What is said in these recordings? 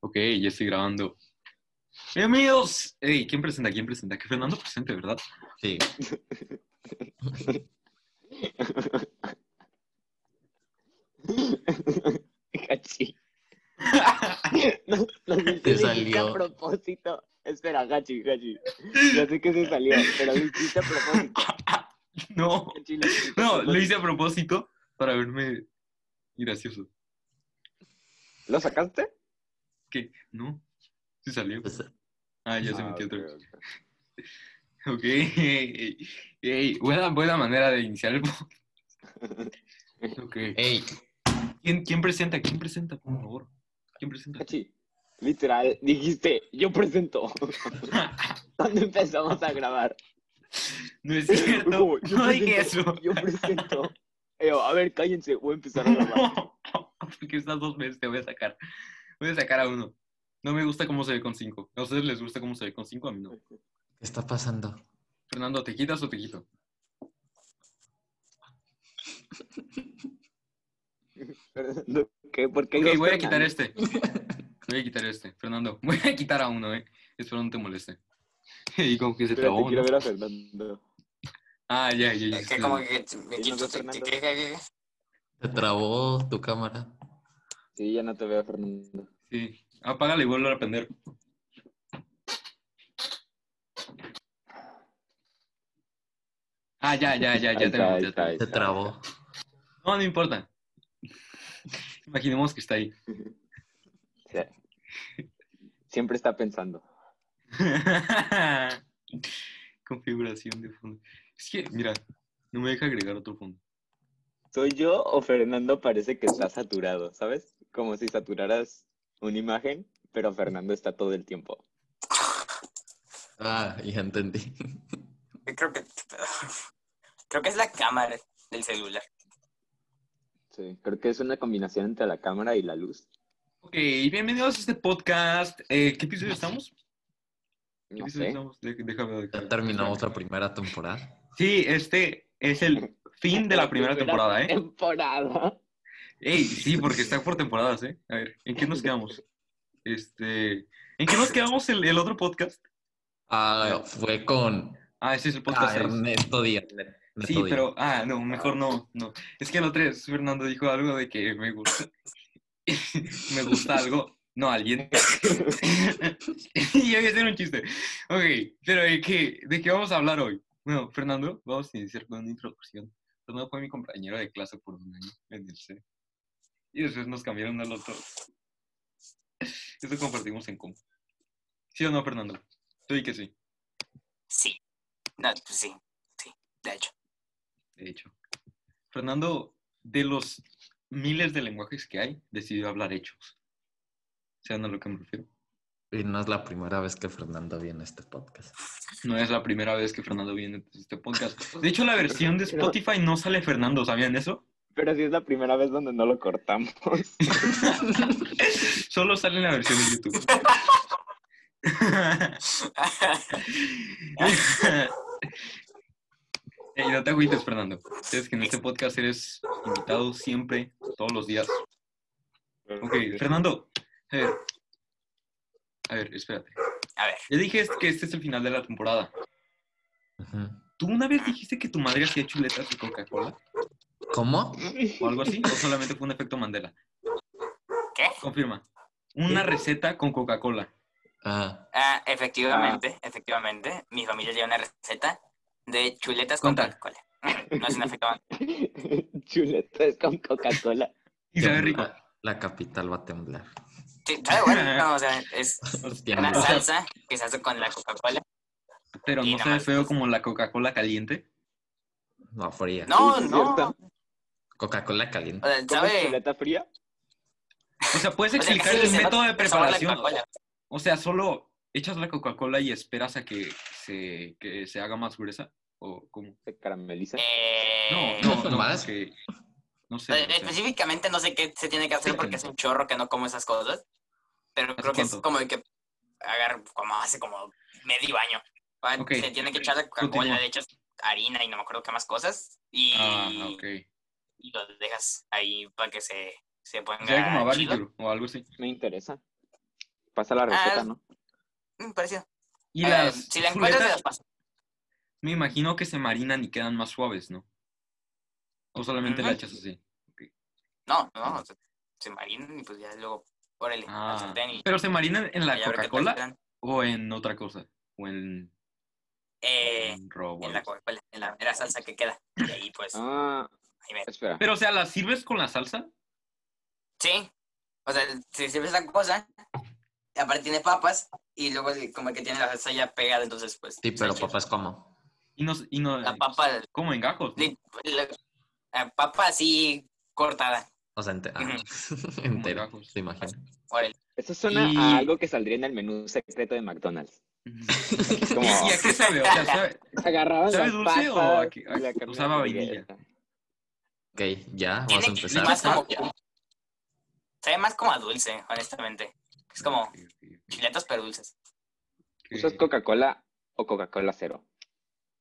Ok, ya estoy grabando. Bienvenidos. Ey, ¿quién presenta? ¿Quién presenta? Que Fernando presente, ¿verdad? Sí. Gachi. No, no sé si Te lo hiciste salió. a propósito. Espera, Gachi, Gachi. Ya sé que se salió, pero lo hiciste a propósito. No, Gachi, lo hiciste a no, lo propósito. hice a propósito para verme gracioso. ¿Lo sacaste? ¿Qué? No, sí salió. Pues, Ah, ya se Ah, metió otra ok, vez. ok. Ok, ey, ey, buena, buena manera de iniciar el podcast. Ok. Ey, ¿Quién, quién presenta? ¿Quién presenta, por favor? ¿Quién presenta? Gachi, literal, dijiste, yo presento. ¿Dónde empezamos a grabar? No es Fue cierto. como, yo No dije presento, eso. Yo presento. Eh, a ver, cállense, voy a empezar a grabar. Porque estas dos veces te voy a sacar. Voy a sacar a uno. No me gusta cómo se ve con cinco. ¿A ustedes les gusta cómo se ve con cinco? A mí no. ¿qué está pasando? Fernando, ¿te quitas o te quito? Fernando, ¿Qué? ¿Por qué hay Ok, dos voy a quitar Fernandos? este. Voy a quitar este. Fernando, voy a quitar a uno, ¿eh? Espero no te moleste. Y como que se Espérate, trabó, quiero ¿no? ver a Fernando. Ah, ya, ya, ya. Es que como que me quito, te- te- que- que- Te trabó tu cámara. Sí, ya no te veo, Fernando. Sí. Apágale y vuelve a prender. Ah, ya, ya, ya, ya Ahí te está, veo, ahí ya te está, veo. ahí Te está. trabó. No, no importa. Imaginemos que está ahí. Sí. Siempre está pensando. Configuración de fondo. Es que, mira, no me deja agregar otro fondo. ¿Soy yo o Fernando parece que está saturado, sabes? Como si saturaras una imagen, pero Fernando está todo el tiempo. Ah, ya entendí. que- Eh, Creo que creo que es la cámara del celular. Sí, creo que es una combinación entre la cámara y la luz. Ok, bienvenidos a este podcast. Eh, ¿Qué episodio estamos? ¿Qué No episodio sé. estamos? De- déjame ver. Ya terminamos la primera temporada. Sí, este es el fin de la primera temporada, ¿eh? Temporada. Ey, sí, porque está por temporadas, ¿eh? A ver, ¿en qué nos quedamos? Este, ¿En qué nos quedamos el, el otro podcast? Ah, fue con Ah, ese es el ah, podcast. seis. Ernesto Díaz. Ernesto Sí, Díaz. pero, ah, no, mejor no, no. Es que el otro es, Fernando dijo algo de que me gusta, me gusta algo, no, alguien. y yo voy a hacer un chiste. Ok, pero ¿de qué, ¿de qué vamos a hablar hoy? Bueno, Fernando, vamos a iniciar con una introducción. Fernando fue mi compañero de clase por un año en el C. Y después nos cambiaron al otro. Eso compartimos en común. ¿Sí o no, Fernando? Tú di que sí, Sí. No, pues sí. Sí, de hecho. de hecho. Fernando, de los miles de lenguajes que hay, decidió hablar hechos. ¿Saben a lo que me refiero? Y no es la primera vez que Fernando viene a este podcast. No es la primera vez que Fernando viene a este podcast. De hecho, la versión de Spotify no sale Fernando, ¿sabían eso? Pero sí es la primera vez donde no lo cortamos. Solo sale en la versión de YouTube. Ey, no te agüites, Fernando. Sabes que en este podcast eres invitado siempre, todos los días. Ok, Fernando. A ver. A ver, espérate. A ver. Ya dije que este es el final de la temporada. Ujú. ¿Tú una vez dijiste que tu madre hacía chuletas de Coca-Cola? ¿Cómo? ¿O algo así? ¿O solamente fue un efecto Mandela? ¿Qué? Confirma. Una receta con Coca-Cola. Ah, Ah, efectivamente, Ah. efectivamente. Mi familia lleva una receta de chuletas con Cuenta. Coca-Cola. No es un efecto. Chuletas con Coca-Cola. Y sabe tiembla- rico. La capital va a temblar. Sí, sabe bueno. No, o sea, es Tiembla. una salsa que se hace con la Coca-Cola. Pero Y no nada sabe más. feo como la Coca-Cola caliente. No, fría. No, Sí, es no. cierto. Coca-Cola O caliente. sea, ¿Comes sabe. chuleta fría? O sea, ¿puedes O sea, explicar casi el se va método de el sabor a la preparación? Coca-Cola. O sea, solo echas la Coca-Cola y esperas a que se, que se haga más gruesa. ¿O cómo? Se carameliza. Eh, No, no, no. ¿Más? porque- no sé. O o sea, sea, Específicamente no sé qué se tiene que hacer Sí, porque es un chorro que no como esas cosas, pero creo que es cuánto? como de que agar como hace como medio año. Ah, Ok, Se tiene que echar la continúa. Coca-Cola, le echas harina y no me acuerdo qué más cosas y, Ah, ok. y lo dejas ahí para que se se ponga. Sería como a ah, chido. barbecue o algo así. Me interesa. Pasa la receta, Ah, ¿no? Mm, parecido. Y Eh, las si la encuentras, te chuletas, las paso. me imagino que se marinan y quedan más suaves, ¿no? O solamente la Ujú. echas así. No, no, o sea, se marinan y pues ya luego, órale, Ah, al sartén y Pero se marinan en la ya a ver qué tal Coca-Cola quedan. o en otra cosa. O en, Eh, en robo. en la Coca-Cola, en la mera salsa que queda. Y ahí pues, ahí Ah, ven. espera. Pero, o sea, ¿las sirves con la salsa? Sí, o sea, si sirve esa cosa, y aparte tiene papas y luego el- como que tiene la salsa ya pegada, entonces pues. Sí, pero está chido. papás como. Y no, y no La papa, como en gajos. ¿no? li- la, la papa así cortada, O sea, ente- ah, Como entero. gajos. Te imagino. órale. Eso suena Y- a algo que saldría en el menú secreto de McDonald's. Es como, ¿Y a qué sabe? O sea, ¿sabe? agarraban ¿Sabe las dulce o papas a qué- y la a- carne usaba vainilla? hamburguesa. Ok, ya, vamos a Tiene empezar. más como, Ya. sabe más como a dulce, honestamente. Es como Ok, ok, ok. chiletas pero dulces. ¿Usas Coca-Cola o Coca-Cola cero?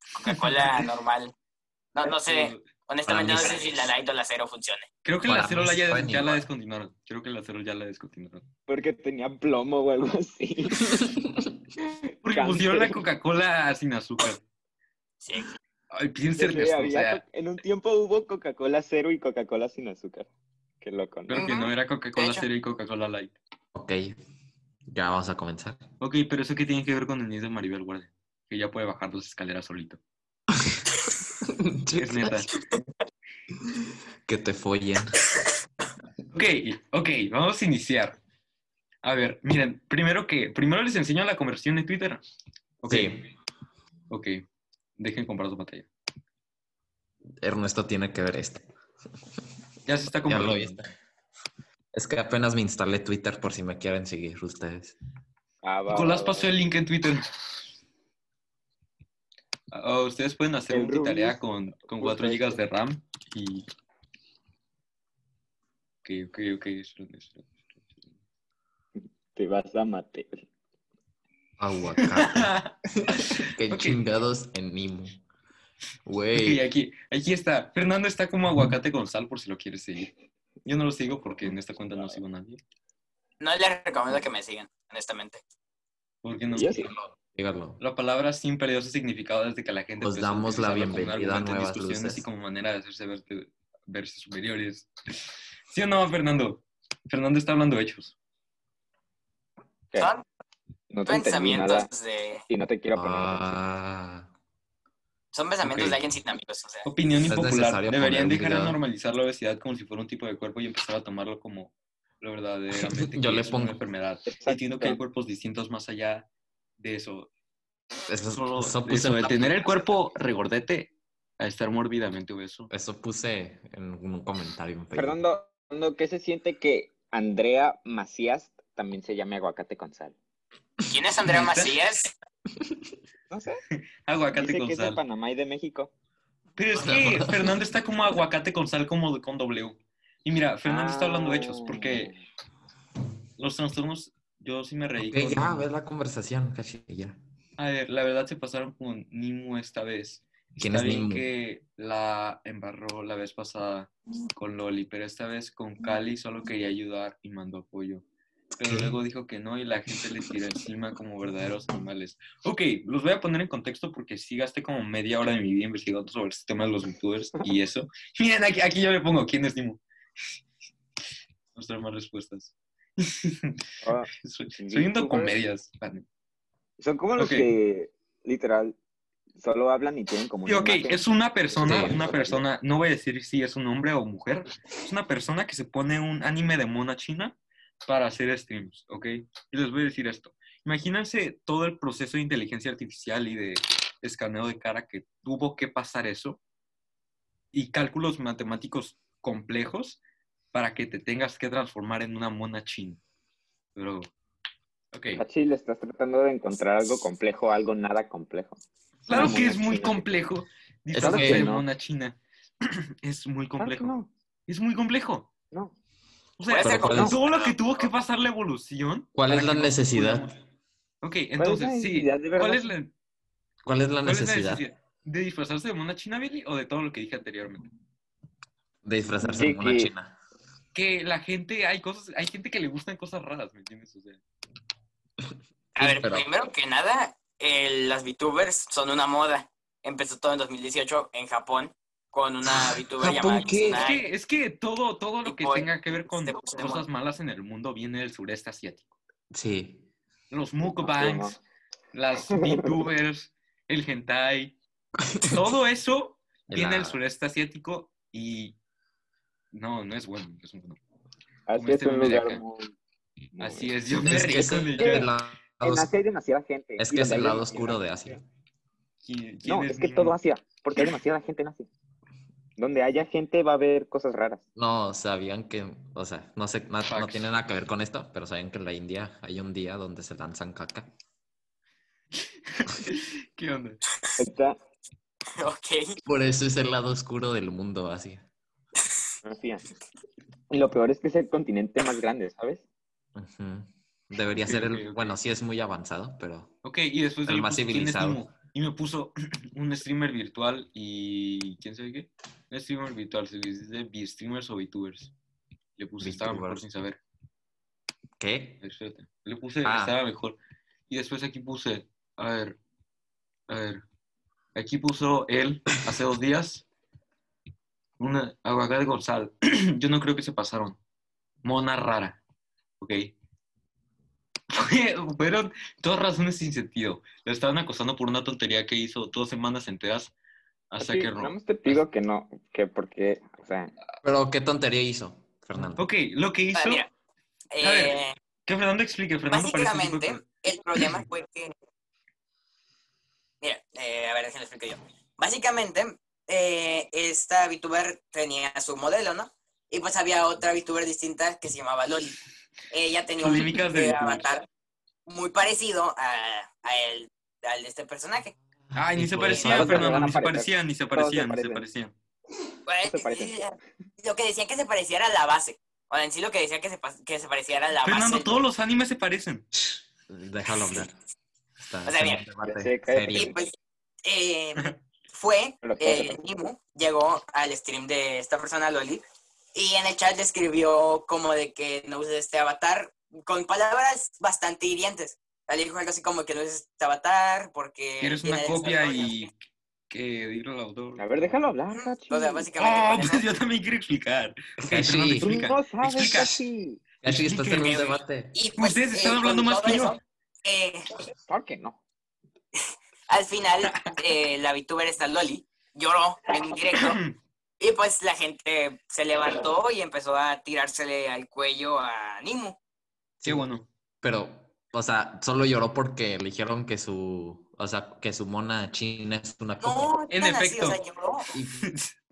Coca-Cola normal. No, no sé, honestamente Para mí no sé sí. si la light o la cero funcione. Creo que la Para cero mí la ya, saben ya la igual. descontinuaron. Creo que la cero ya la descontinuaron. Porque tenía plomo o algo así. Porque Cáncer. pusieron la Coca-Cola sin azúcar. Sí. Ay, bien Sí, cerca, o había sea, co- En un tiempo hubo Coca-Cola cero y Coca-Cola sin azúcar. Qué loco, ¿no? pero que no Ujú. era De Coca-Cola hecho. cero y Coca-Cola light. Ok, ya vamos a comenzar. Ok, pero eso qué tiene que ver con el niño de Maribel Guardia, que ya puede bajar dos escaleras solito. Es neta. que te follen. Ok, ok, vamos a iniciar. A ver, miren, primero que, primero les enseño la conversión de Twitter. Ok, Sí, ok. Dejen comprar su pantalla. Ernesto tiene que ver esto. Ya se está Ya lo compartiendo. viste. Es que apenas me instalé Twitter por si me quieren seguir ustedes. Ah, va, Nicolás va, va. pasó el link en Twitter. Ah, ustedes pueden hacer El una tarea Rubius. con, con 4 Perfecto. GB de RAM y. Ok, ok, ok. esperen, esperen. Te vas a matar. Aguacate. Qué Ok. chingados en Nimo. Güey. ok, aquí, aquí está. Fernando está como aguacate con sal por si lo quieres seguir. Yo no lo sigo porque en esta cuenta no sigo a nadie. No les recomiendo que me sigan, honestamente. Porque no. Yo sí. Dígalo. La palabra sin perdió su significado desde que la gente Os empezó a Pues damos la utilizarlo como un bienvenida a argumento en nuevas discusiones luces. y como manera de hacerse verte- verse superiores. ¿Sí o no, Fernando? Fernando está hablando de hechos. ¿Qué? Son No te entendí nada pensamientos de. y no te quiero poner atención. Ah, Son pensamientos Ok. de alguien sin amigos, o sea. Opinión Es impopular. necesario Deberían poner un dejar de cuidado. normalizar la obesidad como si fuera un tipo de cuerpo y empezar a tomarlo como lo verdaderamente Yo que le es pongo- una enfermedad. Exacto. Entiendo que hay cuerpos distintos más allá de eso. eso, Solo eso de puse eso, de una- tener el cuerpo regordete a estar mórbidamente obeso. eso puse en un comentario. en Facebook. Fernando, Fernando, ¿qué se siente que Andrea Macías también se llame aguacate con sal? ¿Quién es Andrea ¿Neta? Macías? No sé. Ah, Aguacate Dice con que es de sal. Panamá y de México. Pero es que Fernando está como aguacate con sal, como de- con W. Y mira, Fernando está hablando de Ah. hechos, Ah. porque los trastornos, yo sí me reí. Ok, con- ya, ves la conversación, casi, ya. A ver, la verdad se pasaron con Nimu esta vez. ¿Quién Está es bien Nimo? que la embarró la vez pasada con Loli, pero esta vez con Cali solo quería ayudar y mandó apoyo. Pero ¿Qué? luego dijo que no y la gente le tiró encima como verdaderos animales. Ok, los voy a poner en contexto porque sí gasté como media hora de mi vida investigando sobre el sistema de los youtubers y eso. Miren, aquí, aquí yo le pongo, ¿quién es Nimo? Mostrar más respuestas. Ah, soy, soy un YouTuber. docomedias. vale. son como los Ok. que, literal, solo hablan y tienen como Sí, una ok, imagen. es una persona, Sí. una persona, no voy a decir si es un hombre o mujer, es una persona que se pone un anime de mona china para hacer streams, ¿ok? Y les voy a decir esto. Imagínense todo el proceso de inteligencia artificial y de escaneo de cara que tuvo que pasar eso y cálculos matemáticos complejos para que te tengas que transformar en una mona china. Pero, ok. Hachi, le estás tratando de encontrar algo complejo, algo nada complejo. Claro Una que mona es muy china. complejo Claro disfrazarse que de no. mona china. Es muy Claro que complejo. No, Es muy complejo. no. O sea, Puede ser Pero ¿cuál como- es- todo lo que tuvo que pasar la evolución. ¿Cuál para es la que nosotros necesidad? pudiéramos- Ok, entonces, sí. necesidad de verdad? ¿Cuál es la, ¿Cuál es la cuál es la necesidad necesidad? ¿De disfrazarse de mona china, Billy, o de todo lo que dije anteriormente? de disfrazarse de Sí, una que- china? que la gente, hay cosas, hay gente que le gustan cosas raras, ¿me entiendes? O sea, A ver, pero- primero que nada, eh, las VTubers son una moda. Empezó todo en 2018 en Japón con una VTuber Ah, ¿Japón llamada qué? es Kusanagi. que, es que todo, todo lo que Tipo, tenga que ver con este Pokémon. cosas malas en el mundo viene del sureste asiático. Sí. Los mukbangs, las VTubers, el hentai, todo eso viene del La- sureste asiático y no, no es bueno. Es bueno. Así Como es este un meme de lugar acá. muy... muy- Así es, yo me Es río que es con el- el, el lado, En Asia hay demasiada gente. es Y que es donde el hay lado demasiada oscuro de gente- Asia. ¿Qui- quién No, es que mi- todo Asia, porque hay demasiada gente en Asia. Donde haya gente va a haber cosas raras. No, sabían que, o sea, no sé, na- no Facts. tiene nada que ver con esto, pero sabían que en la India hay un día donde se lanzan caca. ¿Qué onda? Está Ok. Por eso es el lado oscuro del mundo, Asia. Asia. Y lo peor es que es el continente más grande, ¿sabes? Ujú. Debería ser Ok, el, ok. bueno, sí es muy avanzado, pero Ok, y después El yo le más puse, "¿Quién es civilizado". Timo?" Y me puso un streamer virtual y. ¿Quién sabe qué? Un streamer virtual, se les dice streamers o VTubers. Le puse, estaba mejor VTubers. sin saber. ¿qué? Espérate. Le puse, Ah. estaba mejor. Y después aquí puse, a ver, a ver. Aquí puso él hace dos días. Una aguacate con sal. Yo no creo que se pasaron. Mona rara. Ok. Fue- Fueron dos razones sin sentido. Lo estaban acosando por una tontería que hizo dos semanas enteras hasta Sí, que nada rom- más te pido que no, que porque, o sea, Pero qué tontería hizo, Fernando. Ok, lo que Ah, hizo. mira, A ver, eh, que Fernando explique. Fernando parece un tipo de Básicamente, el problema fue que. Mira, eh, a ver, déjenme explico yo. Básicamente, eh, esta VTuber tenía su modelo, ¿no? Y pues había otra VTuber distinta que se llamaba Loli. Ella tenía un Polémicas de eh, VTubers. avatar muy parecido a, a el- al de este personaje. Ay, Ah, ni se por eso- parecían, Todos se Fernando, Pues, van a ni se parecer. parecían, ni se Todos se parecían, ni se parecen. parecían. Pues, se parecen. eh, Lo que decían que se parecía era la base. O en sí lo que decía que se, pa- que se parecía era la Fernando, base. todos los animes se parecen. Déjalo hablar. Está O sea, haciendo bien. un debate Sí, cállate. Y serio. pues eh, fue, Pero todo eh, se parece. Nimu llegó al stream de esta persona, Loli, y en el chat escribió como de que no uses este avatar con palabras bastante hirientes. Le dijo algo así como que no uses este avatar porque... Quieres una tiene copia estas y que dilo al autor. a ver, déjalo hablar, cosas". Cachi. Ah, O sea, básicamente... Ah, con eso- pues yo también quiero explicar. Ok, Cachi. Fernando, Tú explica. no sabes, explica. Cachi. Cachi, estás en un Explíqueme. debate. y pues, Ustedes eh, están con hablando más todo que yo. eso, eh, ¿Por qué no? al final, eh, la VTuber esta Loli lloró en directo Y pues la gente se levantó y empezó a tirársele al cuello a Nimu. Qué bueno. Pero, o sea, solo lloró porque le dijeron que su, o sea, que su mona china es una coca. No, En tan efecto. así, o sea, lloró. Y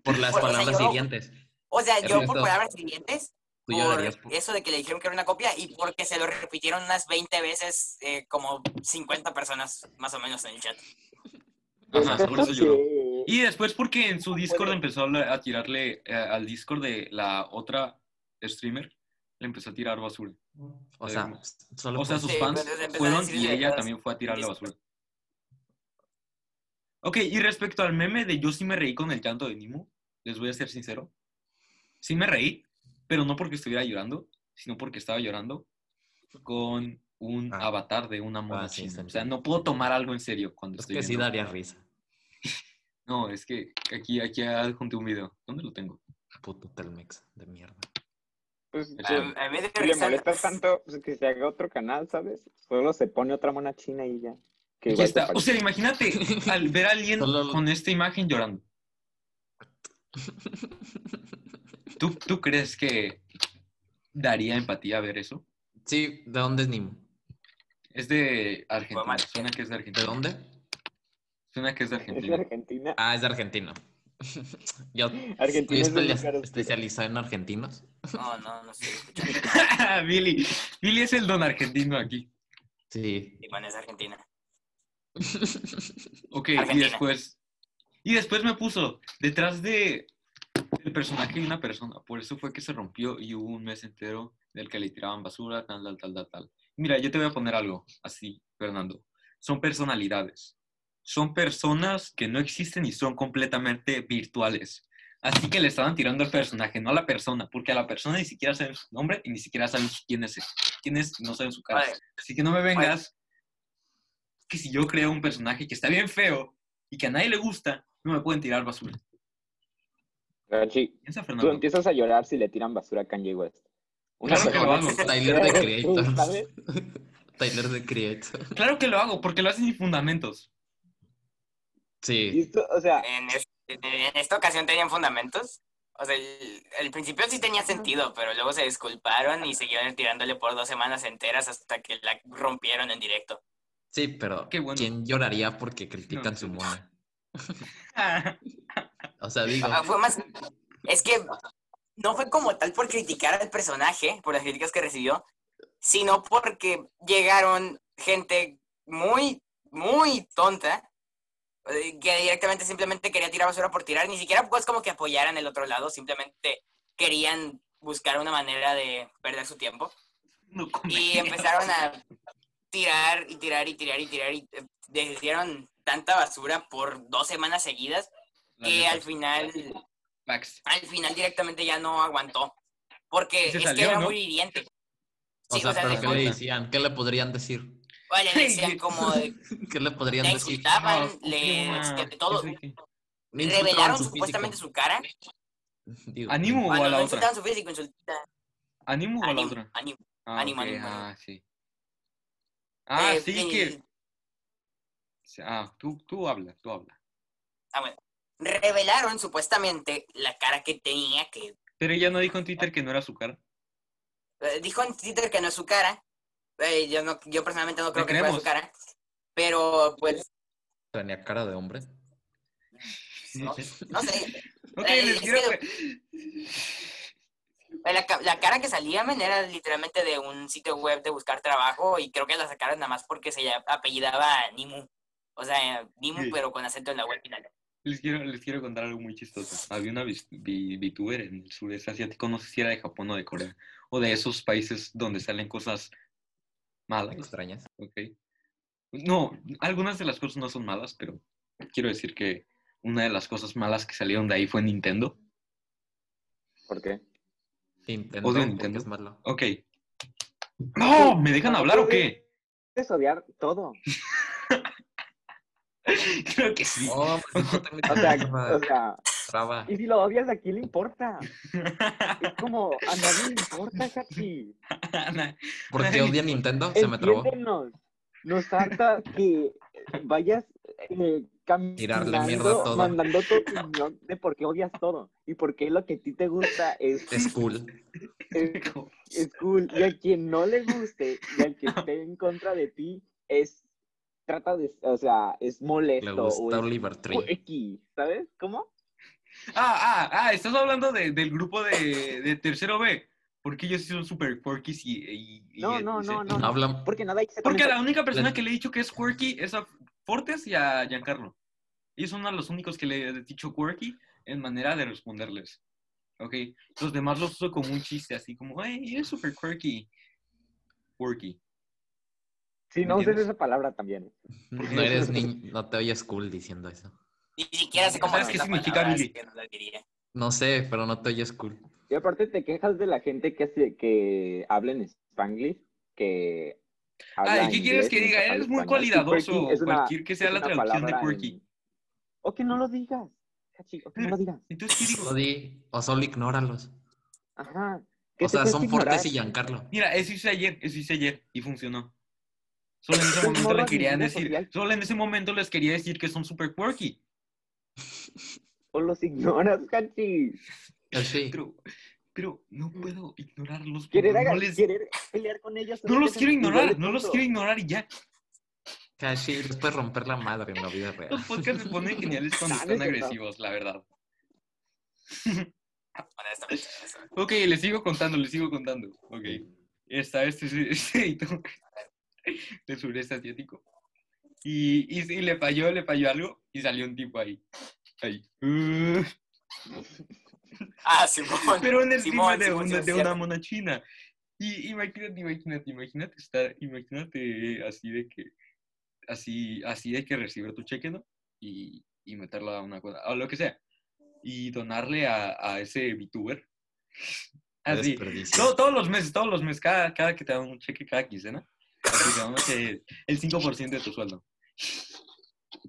por las Por- o sea, palabras lloró. hirientes. O sea, yo por Ernesto. palabras siguientes, Tú por llorarías por- eso de que le dijeron que era una copia y porque se lo repitieron unas 20 veces, eh, como 50 personas más o menos en el chat. Ajá, por eso Porque- lloró. Y después porque en su Discord puede. empezó a hablar- a tirarle eh, al Discord de la otra streamer, le empezó a tirar basura. O sea, Eh, solo O sea, por- sus Sí, fans pero empezó a fueron y decirle ella cosas. también fue a tirarle basura. Ok, y respecto al meme de yo sí me reí con el llanto de Nimo, les voy a ser sincero. Sí me reí, pero no porque estuviera llorando, sino porque estaba llorando con un Ah. avatar de una mona Ah, sí, china. sí, O sea, sí. no puedo tomar algo en serio cuando es estoy que sí viendo. daría risa. No, es que aquí, aquí adjunté un video. ¿Dónde lo tengo? Puto Telmex de mierda. Pues, Ah, A, a mí me dio si le risa- molesta tanto pues, que se haga otro canal, ¿sabes? Solo se pone otra mona china y ya. Que Aquí igual se está. O parece. sea, imagínate al ver a alguien Solo- con esta imagen llorando. ¿Tú, ¿Tú crees que daría empatía ver eso? Sí, ¿de dónde es Nimo? Es de Argentina. Mamá. Suena que es de ¿De Argentina. dónde? Suena que es de Es de Argentina. Argentina. Ah, es de Argentina. Yo estoy Argentina es un especia- lugar oscuro. especializado en argentinos. No, no, no estoy escuchando. Billy. Billy es el don argentino aquí. Sí. Iván es de Argentina. Ok, y Argentina. después. Y después me puso detrás de el personaje de una persona. Por eso fue que se rompió y hubo un mes entero del que le tiraban basura, tal, tal, tal, tal, tal. Mira, yo te voy a poner algo así, Fernando. Son personalidades. Son personas que no existen y son completamente virtuales. Así que le estaban tirando al personaje, no a la persona, porque a la persona ni siquiera saben su nombre y ni siquiera saben quién es, quién es y no saben su cara. Vale. Así que no me vengas que si yo creo un personaje que está bien feo y que a nadie le gusta, no me pueden tirar basura. Gachi, Piensa, tú Fernando. empiezas a llorar si le tiran basura a Kanye West. Una Claro que lo hago. Tyler de Creator. ¿Sabes? Tyler de Creator. Claro que lo hago, porque lo hacen sin fundamentos. Y Sí. esto, o sea, En, es- en esta ocasión tenían fundamentos. O sea, el, el principio sí tenía sentido, pero luego se disculparon y siguieron tirándole por dos semanas enteras hasta que la rompieron en directo. Sí, pero Qué bueno. ¿quién lloraría porque critican No. su mona? O sea, digo, Ah, fue más. Es que no fue como tal por criticar al personaje, por las críticas que recibió, sino porque llegaron gente muy, muy tonta eh, que directamente simplemente quería tirar basura por tirar, ni siquiera pues como que apoyaran el otro lado, simplemente querían buscar una manera de perder su tiempo No y convenía. empezaron a tirar y tirar y tirar y tirar y eh, decidieron tanta basura por dos semanas seguidas La que neta, al final pues, facts. al final directamente ya no aguantó. Porque Y se es salió, que era ¿no? muy hiriente. o Sí, sea, pero ¿qué le- le decían? ¿Qué le podrían decir? bueno, le decían como de- ¿Qué le podrían le decir? insultaban, No, Ah, le confirma, este, todo. yo sé que- Le insultaban Revelaron su supuestamente físico. su cara. Digo, Animo o Bueno, a la no otra. insultaban su físico, insultaban Animo o a la ánimo, otra. ánimo. Ah, Animo, ok, animo, ah, sí. Ah, Eh, sí y- que. Ah, tú, tú habla, tú habla. ah, bueno. Revelaron supuestamente la cara que tenía, que Pero ella no dijo en Twitter que no era su cara. eh, dijo en Twitter que no es su cara. Eh, yo, no, yo personalmente no creo que fuera creemos. su cara. Pero pues, tenía cara de hombre. no, no sé. Ok, Eh, les es quiero que- pre- La, ca- la cara que salía, men, era literalmente de un sitio web de buscar trabajo y creo que la sacaron nada más porque se lla- apellidaba Nimu. O sea, Nimu, Sí. pero con acento en la web final. Les quiero, les quiero contar algo muy chistoso. Había una vis- vi- VTuber en el sureste asiático, no sé si era de Japón o de Corea, o de esos países donde salen cosas malas, Extrañas. ¿ok? No, algunas de las cosas no son malas, pero quiero decir que una de las cosas malas que salieron de ahí fue Nintendo. ¿por qué? Nintendo, Odio porque Nintendo. es malo. Ok. ¡No! ¿Me Ah, dejan hablar o qué? Puedes odiar todo. Creo que sí. Oh, pues no tengo O sea, ninguna o sea, traba. y si lo odias, ¿a quién le importa? Es como, a nadie le importa, Gachi. Ana, ¿Por qué odia Nintendo? Se me trabó. Entiéndenos. Nos harta que vayas eh, Tirarle mierda a caminando, todo. mandando tu opinión de por qué odias todo y por qué lo que a ti te gusta es, Es cool. es, es cool. Y a quien no le guste y al que esté en contra de ti es, trata de, o sea, es Le molesto gusta o es Oliver Tree. X, ¿sabes? ¿Cómo? Ah, ah, ah, estás hablando de- del grupo de, de tercero B. Porque ellos sí son super quirky y, y- y- No, no, y- no, no. Hablan. Porque nada Porque a exactamente. la única persona Les- que le he dicho que es quirky es a Fortes y a Giancarlo. Ellos son a los únicos que le he dicho quirky en manera de responderles. ¿Ok? Los demás los uso como un chiste, así como, hey, eres super quirky. Quirky. Si no uses ¿Entiendes? esa palabra también. No eres ni... No te oyes cool diciendo eso. Ni siquiera sé cómo Ah, ¿Sabes es qué la significa, palabra, Billy? así que no la diría. No sé, pero no te oyes cool. Y aparte te quejas de la gente que hace, que habla en Spanglish, que Ay, Ah, ¿qué quieres inglés que mientras diga? habla Eres muy español. Y cualidadoso. quirky es una- Cualquier que sea es la una traducción de palabra quirky. en- O que no lo digas, Hachi, o que no lo digas. Entonces, ¿qué digo? No di- O solo ignóralos. Ajá. ¿Qué O te sea, cuesta son Fortes y ignorar? Giancarlo. Mira, eso hice ayer, eso hice ayer y funcionó. Solo en ese Son momento les morras quería inmunes decir, sociales. solo en ese momento les quería decir que son super quirky. O los ignoras, Hachi. Así. Pero, pero no puedo ignorarlos. porque Querer, No, haga- les- querer pelear con ellos. no los quiero ignorar, no los quiero ignorar. ignorar y ya. Casi les puedes romper la madre en la vida real. Los podcasts se ponen geniales cuando Sabes están que no. agresivos, la verdad. Honestamente. Ok, les sigo contando, les sigo contando. Ok, está este, este editor del sureste asiático. Y, y, y le falló, le falló algo y salió un tipo ahí. Ahí. Uh. Ah, Simón. pero en el Simón, clima de, Simón, una- Simón, de cierto. una mona china. Y imagínate, imagínate, imagínate estar, imagínate así de que, así, así de que recibir tu cheque, ¿no? Y, y meterla a una cuenta, o lo que sea. y donarle a, a ese VTuber. Ah, Así. Desperdicio. Todo- todos los meses, todos los meses, cada, cada que te dan un cheque, cada quincena, así te dan, eh, el 5% de tu sueldo.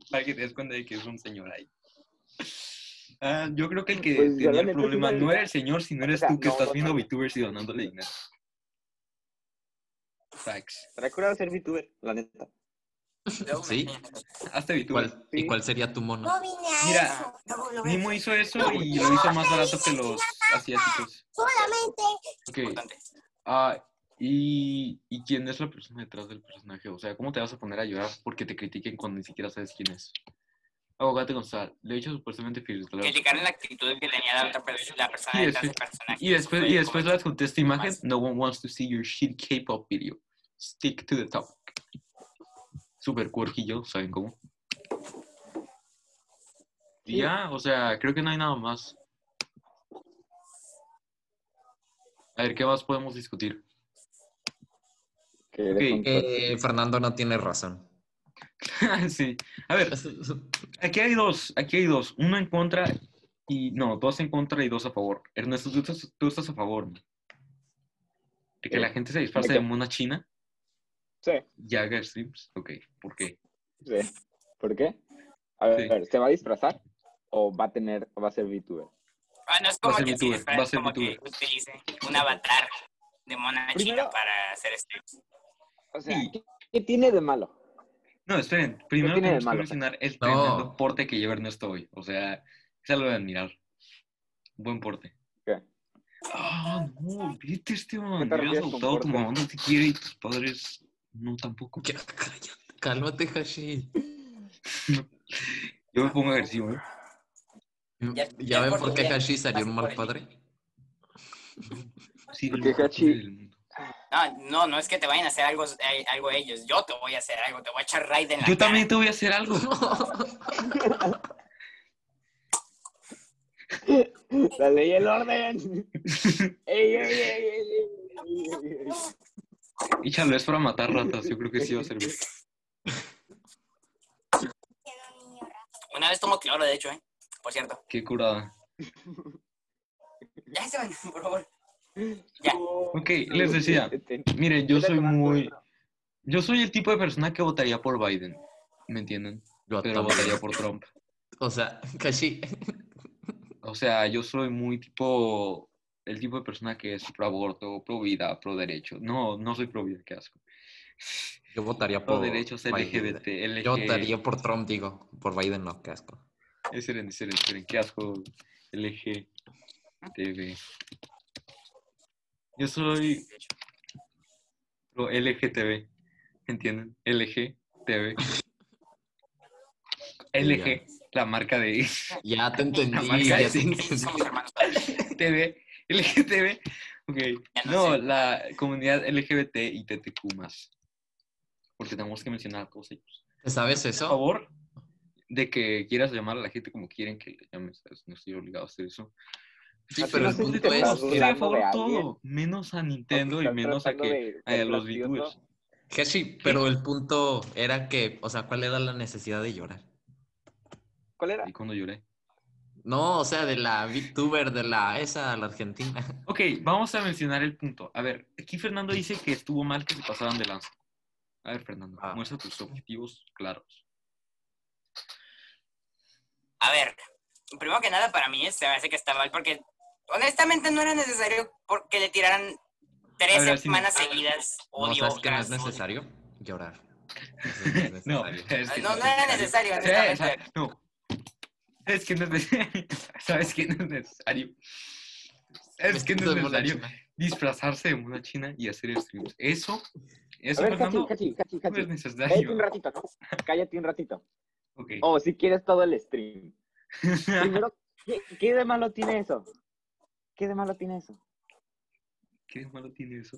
Para que te des cuenta de que es un señor ahí. Ah, yo creo que el que Pues, yo tenía la el neta sí problema me- no era el señor, sino eres sea, tú que no, estás no, viendo no. VTubers y donándole dinero. Facts. Para curar ser VTuber, la neta. Luego me Sí. enseñas. Hazte VTuber. ¿Cuál- ¿Y cuál sería tu mono? No vine a Mira, eso. No, lo veo. Nimo hizo eso y lo hizo más barato que los asiáticos. Solamente Ok. Importante. Ah, ¿y, ¿y quién es la persona detrás del personaje? O sea, ¿cómo te vas a poner a llorar porque te critiquen cuando ni siquiera sabes quién es? Abogate González, le he dicho supuestamente filtrador. Criticaron la actitud que tenía la otra persona, la persona Sí, detrás sí. del personaje. Y después, y Fue después le como- adjunté esta imagen. No one wants to see your shit K-pop video. Stick to the topic. Super quirky yo, ¿saben cómo? Y ya, o sea, creo que no hay nada más. A ver, ¿qué más podemos discutir? Que Ok. dejen- Eh, Fernando no tiene razón. sí. A ver, Aquí hay dos, aquí hay dos. Uno en contra y. No, dos en contra y dos a favor. Ernesto, tú estás, tú estás a favor, ¿no? De que Eh, la gente se disfrace ¿de de qué? mona china Sí, y haga streams. Ok, ¿por qué? sí. ¿Por qué? A ver, Sí. ¿se va a disfrazar o va a tener, va a ser VTuber? Ah, no es Va como a ser que, se VTuber, disfrace, va a ser como que VTuber. utilice un avatar de mona Primero- china para hacer este streams. O sea, Sí. ¿qué, qué tiene de malo? No, esperen. Primero tiene de tenemos que malo? mencionar el No. tremendo porte que lleva Ernesto hoy. O sea, es algo de admirar. Buen porte. ¿Qué? Ah, no, vete, Esteban. ¿Qué te Te hubieras refieres con adoptado, tu porte? mamá no te quiere y tus padres no tampoco. Ya, cállate, cálmate, Hashi. Yo me pongo agresivo, ¿eh? ¿Ya, Ya- ya ven por por tu qué bien, Hashi salió vas un por mal el padre? Sí, el Porque mejor Hachi- padre del mundo. No, no, no es que te vayan a hacer algo, eh, algo ellos. Yo te voy a hacer algo, te voy a echar raid en la Yo cara. también te voy a hacer algo. La ley y el orden. Ey, ey, ey, ey, ey, ey, ey. Y chalo, es para matar ratas. Yo creo que sí va a servir. quiero un niño raro. Una vez tomo cloro, de hecho, ¿eh? Por cierto. Qué curada. Ya se van, por favor. Ya. Ok, les decía. Miren, yo soy muy. Yo soy el tipo de persona que votaría por Biden. ¿Me entienden? Yo Pero también. votaría por Trump. O sea, Hashi. O sea, yo soy muy tipo. El tipo de persona que es pro aborto, pro vida, pro derecho. No, no soy pro vida, qué asco. Yo votaría Pro por. derechos Biden. LGBT. LG... Yo votaría por Trump, digo. Por Biden, no, qué asco. Esperen, esperen, esperen, qué asco. LG TV. Yo soy pro LGTB. ¿Entienden? LG TV. LG, la marca de Ya te entendí, marca ya sí. te entendí. Somos hermanos. padres. TV. LGTB. Ok. Ya no No, sé. la comunidad LGBT y TTQ más. Porque tenemos que mencionar todos ellos. ¿Sabes Por eso? favor, de que quieras llamar a la gente como quieren que le llames. ¿sabes? No estoy obligado a hacer eso. Sí, Así pero no el sé si punto te es pasó. Estoy que. a hablando favor de todo, alguien. menos a Nintendo y menos a que a los VTubers. Hashi, pero el punto era que. O sea, ¿cuál era la necesidad de llorar? ¿Cuál era? Y cuando lloré. No, o sea, de la VTuber, de la esa, la Argentina. Ok, vamos a mencionar el punto. A ver, aquí Fernando dice que estuvo mal que se pasaran de lanza. A ver, Fernando, Ah. muestra tus objetivos claros. A ver, primero que nada, para mí se me hace que está mal porque honestamente no era necesario porque le tiraran A tres ver, sí. semanas seguidas No, odio. ¿sabes que no es gas, odio. necesario? Llorar. Eso no es No, necesario. es que No, no era necesario, Sí, o honestamente. sea, no. ¿Sabes que no es necesario? ¿Sabes que no es necesario? ¿Sabes que no es Vestido de mona necesario? china. Disfrazarse de una china y hacer streams. Eso, A eso, ver, Cachi, Fernando, Cachi, Cachi, no es Cachi. Cállate un necesario. ratito. Cállate un ratito. Ok. O si quieres todo el stream. Primero, ¿qué, qué de malo tiene eso? ¿Qué de malo tiene eso? ¿Qué de malo tiene eso?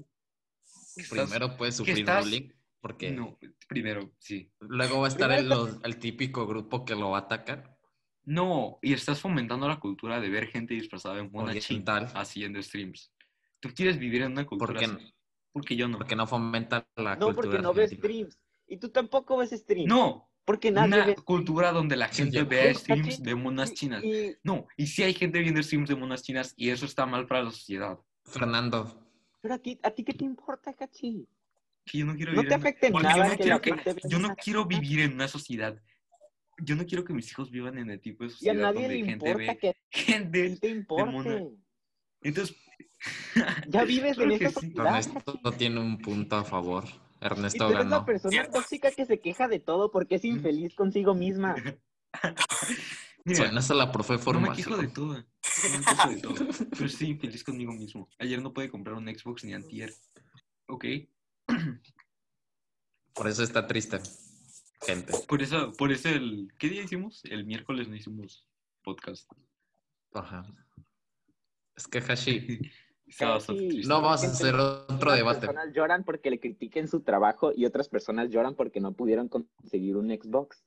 Que estás- Primero puedes sufrir estás- bullying porque No, primero, sí. luego va a estar el, Primero los- el típico grupo que lo va a atacar. No, y estás fomentando la cultura de ver gente disfrazada de mona china Oriental. haciendo streams. Tú quieres vivir en una cultura ¿Por qué, así. Porque yo no. porque no fomenta la No, cultura. porque no ves argentina. streams. Y tú tampoco ves streams. No, Porque nadie Una ve- cultura donde la Sí, gente ya. vea Sí, streams sí. de monas chinas. Y- No, y sí hay gente viendo streams de monas chinas y eso está mal para la sociedad. Fernando. pero a ti, ¿a ti qué te importa, Cachi? Que yo no quiero No vivir te en- afecta en porque nada yo no, que quiero la que- gente vea yo no esas quiero cosas. vivir en una sociedad. Yo no quiero que mis hijos vivan en el tipo de Y a sociedad nadie donde le gente importa ve que a ti gente. te mona. importe. Entonces, Ya vives Creo en que esta sí. sociedad. Ernesto tiene un punto a favor. Y Ernesto tú eres ganó. la persona Cierto. tóxica que se queja de todo porque es infeliz consigo misma. mira, Suenas a la profe de no me quejo de formación. todo. No me quejo de todo. Pero estoy infeliz conmigo mismo. Ayer no pude comprar un Xbox ni antier. Ok. Por eso está triste, gente. Por eso, por eso el. ¿Qué día hicimos? El miércoles no hicimos podcast. Ajá. Es que Hashi, Estaba bastante Ah, Sí. triste. no vamos a hacer otro Unas debate. personas lloran porque le critiquen su trabajo y otras personas lloran porque no pudieron conseguir un Xbox,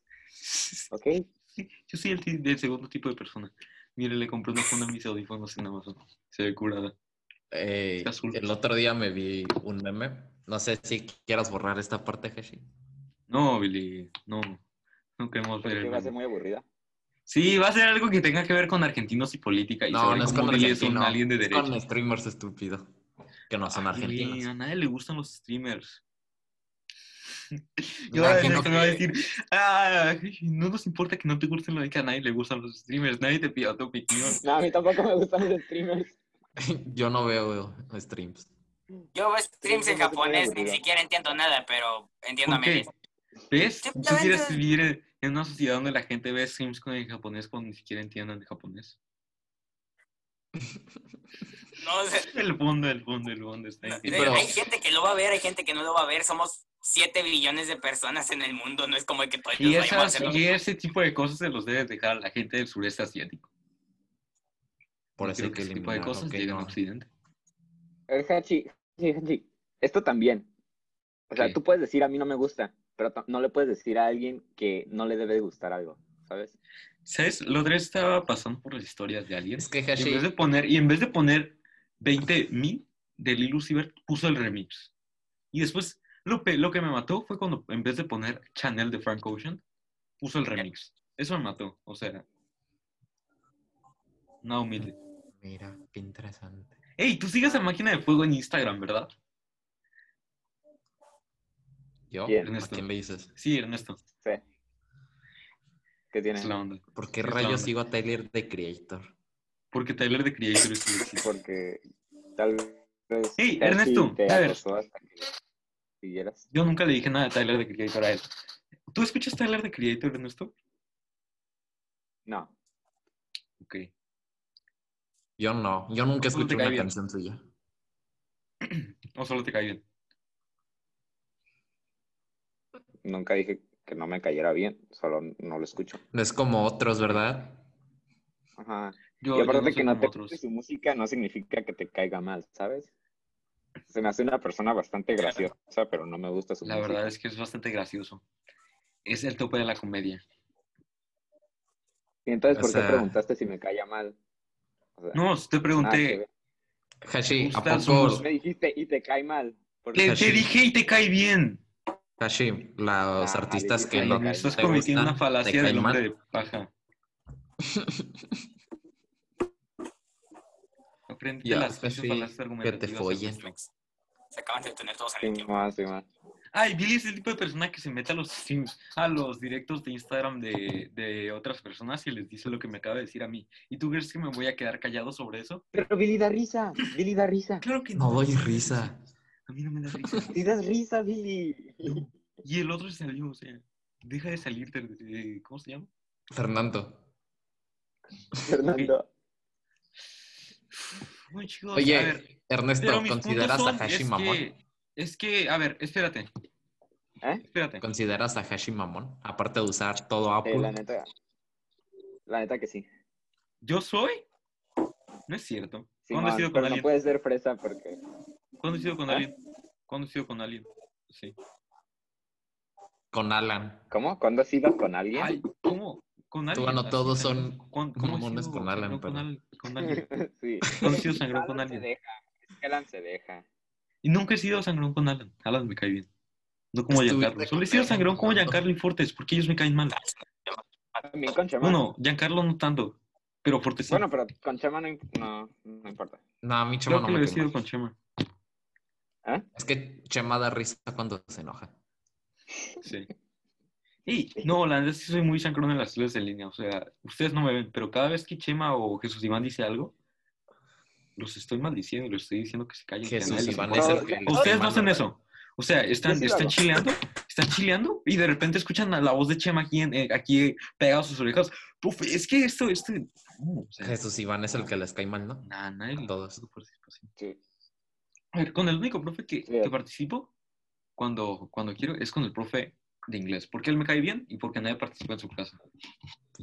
¿ok? Sí, yo soy el ti- del segundo tipo de persona. Mire, le compré una funda a mis audífonos en Amazon. Se ve curada. Eh, Está azul. el otro día me vi un meme. No sé si quieras borrar esta parte, Hashi. No, Billy, no. No queremos ver. el Porque va a ser meme. muy aburrida. Sí, va a ser algo que tenga que ver con argentinos y política. Y No, sobre no es cómo con Billy es un argentino. alien de Es derecha. Ah, con streamers estúpido. Que no son Ay, güey, argentinos. a nadie le gustan los streamers. Me Yo ahora imagino me va a que- decir, "Ah, no nos importa que no te gusten lo que a nadie le gustan los streamers, nadie te pidió tu opinión. No, a mí tampoco me gustan los streamers. Yo no veo streams. Yo veo streams Sí, en no se puede japonés, aburrir. ni siquiera entiendo nada, pero entiendo a ¿Por qué? medias. ¿Ves? Tú Simplemente- quieres vivir en- en una sociedad donde la gente ve streams con en japonés cuando ni siquiera entienden de japonés. No sé. El fondo, el fondo, el fondo está Eh, increíble. pero- Hay gente que lo va a ver, hay gente que no lo va a ver. Somos 7 billones de personas en el mundo, no es como que todos Y, vayamos a esas, hacerlo. y ese tipo de cosas se los debes dejar a la gente del sureste asiático. Por No eso creo hay que ese tipo de eliminar, cosas ok, lleguen no. a Occidente. El Hachi, sí, Hachi, esto también. O sea, ¿Qué? tú puedes decir a mí no me gusta, pero ta- no le puedes decir a alguien que no le debe de gustar algo, ¿sabes? ¿Sabes? Lo otro día estaba pasando por las historias de alguien. Es que Y en Hashi, vez de poner, y en vez de poner 20.000 de Lil Uzi Vert, puso el remix. Y después, lo, pe- lo que me mató fue cuando, en vez de poner Chanel de Frank Ocean, puso el remix. Eso me mató. O sea, no humilde. mira, qué interesante. Ey, tú sigues a Máquina de Fuego en Instagram, ¿verdad? ¿Yo? ¿Quién? ¿A Ernesto. quién le dices? Sí, Ernesto. Sí. ¿Qué tiene? Es la onda. ¿Por qué Es la rayos onda. sigo a Tyler de Creator? Porque Tyler de Creator es un éxito. Porque tal vez. Ey, Hachi Ernesto, te a ver. acosó hasta que siguieras. Yo nunca le dije nada de Tyler de Creator a él. ¿Tú escuchas Tyler de Creator, Ernesto? No. Ok. Yo no, yo nunca ¿Cómo te escuché cae una bien? canción suya. O solo te cae bien. Nunca dije que no me cayera bien, solo no lo escucho. No es como otros, ¿verdad? Ajá. Yo, y yo aparte soy que no como te otros. guste su música no significa que te caiga mal, ¿sabes? Se me hace una persona bastante graciosa, pero no me gusta su La música. verdad es que es bastante gracioso. Es el tope de la comedia. Y entonces, O ¿por qué sea- preguntaste si me caía mal? O sea, No, te nada que pregunté. ver. Hashi, ¿a Gustas poco? unos- me dijiste y te cae mal. porque te, te dije y te cae bien. Hashi, los Ah, artistas dices, que "Ay, no. me te Estás ¿te cometiendo gustan, una te falacia caen del hombre mal. de paja. Aprendiste Ya, las pinches sí, falacias que te argumentativas. follen. Se acaban de tener todos al sí, mismo tiempo. más, sí, más. Ay, Billy es el tipo de persona que se mete a los streams, a los directos de Instagram de, de otras personas y les dice lo que me acaba de decir a mí. ¿Y tú crees que me voy a quedar callado sobre eso? Pero Billy da risa, Billy da risa. Claro que no. No doy me da risa. A mí no me da risa. Sí das risa, Billy. Y el otro se salió, o sea, deja de salir. de- de- ¿Cómo se llama? Fernando. Fernando. Bueno, chicos, a ver, Oye, pero Ernesto, mis puntos ¿consideras a son, Hashi es mamón? que, es que, a ver, espérate, ¿Eh? espérate. ¿Consideras a Hashi mamón? Aparte de usar todo Sí, Eh, la Apple. neta. La neta que sí. ¿Yo soy? No es cierto. Sí, ¿Cuándo he más, sido con pero no alguien? puedes ser fresa porque ¿Cuándo he sido con ¿Ah? alguien? ¿Cuándo he sido con alguien? Sí. Con Alan. ¿Cómo? ¿Cuándo has ido con alguien? Ay, ¿cómo? ¿Con alguien? bueno, Así, todos sangrón. son ¿Cuán- ¿Cómo he mamones sido con Alan, sangrón con pero- al- con alguien? sí. ¿Cuándo he sido sangrón Alan con se alguien? deja, es que Alan se deja. Y nunca he sido sangrón con Alan. Alan me cae bien. No como Estuviste Giancarlo. Solo he sido contando. sangrón como Giancarlo Infortes, porque ellos me caen mal. También con Chema. Bueno, Giancarlo no tanto, pero Fortes sí. Bueno, pero con Chema no, imp- no, no importa. No, a mí Chema creo no que lo me he cae sido mal. con Chema. ¿Eh? Es que Chema da risa cuando se enoja. Sí. Y no, la verdad es que soy muy sangrón en las clases en línea. O sea, ustedes no me ven, pero cada vez que Chema o Jesús Iván dice algo, los estoy maldiciendo y los estoy diciendo que se callen. que a nadie Jesús les Iván importa. es No, el que... Ustedes Iván no hacen da- eso. O sea, están, sí lo están hago. chileando, están chileando y de repente escuchan a la voz de Chema aquí, en- eh, aquí pegado a sus orejas. Puf, es que esto, esto. no, o sea, Jesús Iván es el que les cae mal, ¿no? nah, nadie le Todos. importa tu participación. Sí. A ver, con el único profe que, Sí. que participo cuando, cuando quiero es con el profe de inglés. Porque él me cae bien y porque nadie participa en su clase.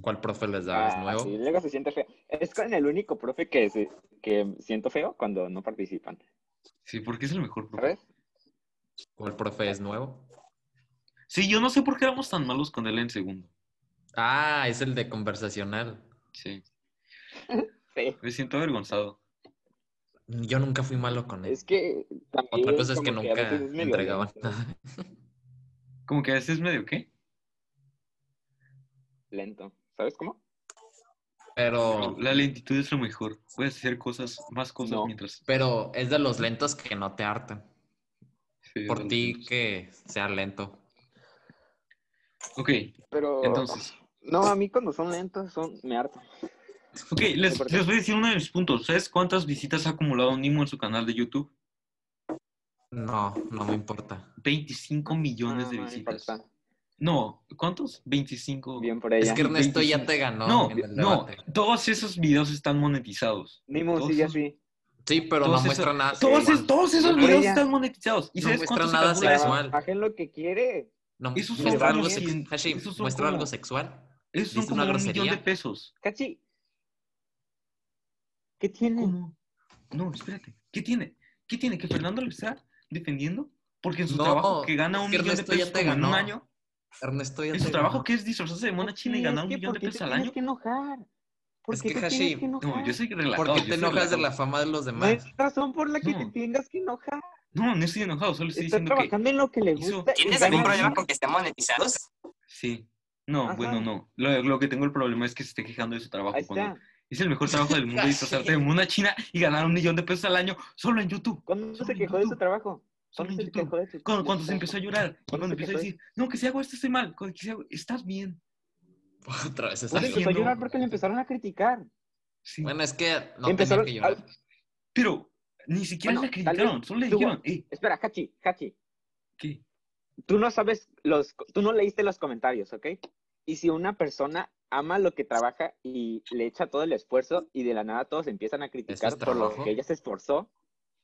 ¿Cuál profe les da? ¿Es Ah, nuevo? sí, luego se siente feo. Es con el único profe que, se- que siento feo cuando no participan. Sí, porque es el mejor profe. ¿Sabes? ¿Cuál profe es nuevo? Sí, yo no sé por qué éramos tan malos con él en segundo. Ah, es el de conversacional. Sí, Sí. me siento avergonzado. Yo nunca fui malo con él. Es que también. Otra cosa es que como a nunca veces es medio entregaban lento. nada. Como que a veces medio, ¿qué? Lento. ¿Sabes cómo? Pero, La lentitud es lo mejor. Puedes hacer cosas, más cosas No. mientras. pero es de los lentos que no te hartan. se Por dan ti tiempos. que sea lento. Ok, Pero. entonces. No, a mí cuando son lentos son... me harto. Ok, les, ¿Por qué? les voy a decir uno de mis puntos. ¿Sabes cuántas visitas ha acumulado Nimo en su canal de YouTube? No, no me importa. 25 millones No, de Ah, no me visitas. importa. No, ¿cuántos? 25. Bien por ella. Es que Ernesto ya te ganó no, en el no, debate. todos esos videos están monetizados. Nimo Todos sigue esos- así. Ah, Sí, pero no Todos muestra nada. Todos, sexual. es- todos esos Por videos ella. están monetizados. ¿Y No sabes muestra cuántos nada se calcula? sexual. Hagan lo que quiere. No, Esos son muestra como algo cien- sexual. Hashi, esos son muestra como- algo sexual. Esos son ¿Dice una como un millón de grosería? pesos. Cachi. ¿Qué tiene? ¿Cómo? No, espérate. ¿Qué tiene? ¿Qué tiene? ¿Que Fernando lo está defendiendo? Porque en su No, trabajo que gana es un que millón de Ernesto ya pesos te como en un ganó. año, Ernesto ya en te su trabajo ganó. que es disfrazarse de mona china y gana un millón de pesos al año. que enojar? ¿Por Es qué que, te Hashi, tienes que enojar? No, yo soy relajado. ¿Por qué yo te soy enojas de la relajado. fama de los No hay demás? razón por la que No. te tengas que enojar. No, no estoy enojado, solo estoy Está diciendo que trabajando en lo que le hizo- gusta. y ¿Tienes gana algún problema dinero. con que estén monetizados? sí. No, Ajá. bueno, no. Lo, lo que tengo el problema es que se esté quejando de su trabajo. Ahí cuando está. es el mejor trabajo del mundo disfrazarte de mona china y ganar un millón de pesos al año solo en YouTube. ¿Cuándo Solo se en quejó de su YouTube. trabajo? Solo ¿Cuándo en se YouTube. quejó de su Cuando, de cuando su se empezó a trabajo? llorar, y cuando se empezó a quejó? decir, no, que si hago esto estoy mal, cuando- que si hago, estás bien. Otra vez Pues esa Está empezó a haciendo- llorar porque le empezaron a criticar. Sí. Bueno, es que no Empezaron- tenía que llorar. Este Pero ni siquiera Bueno, la tal vez criticaron, solo le tuvo- dijeron, "Ey, Espera, Hachi, Hachi. ¿qué? tú no sabes los, tú no leíste los comentarios, ¿ok? Y si una persona ama lo que trabaja y le echa todo el esfuerzo y de la nada todos empiezan a criticar es por lo trabajo? que ella se esforzó,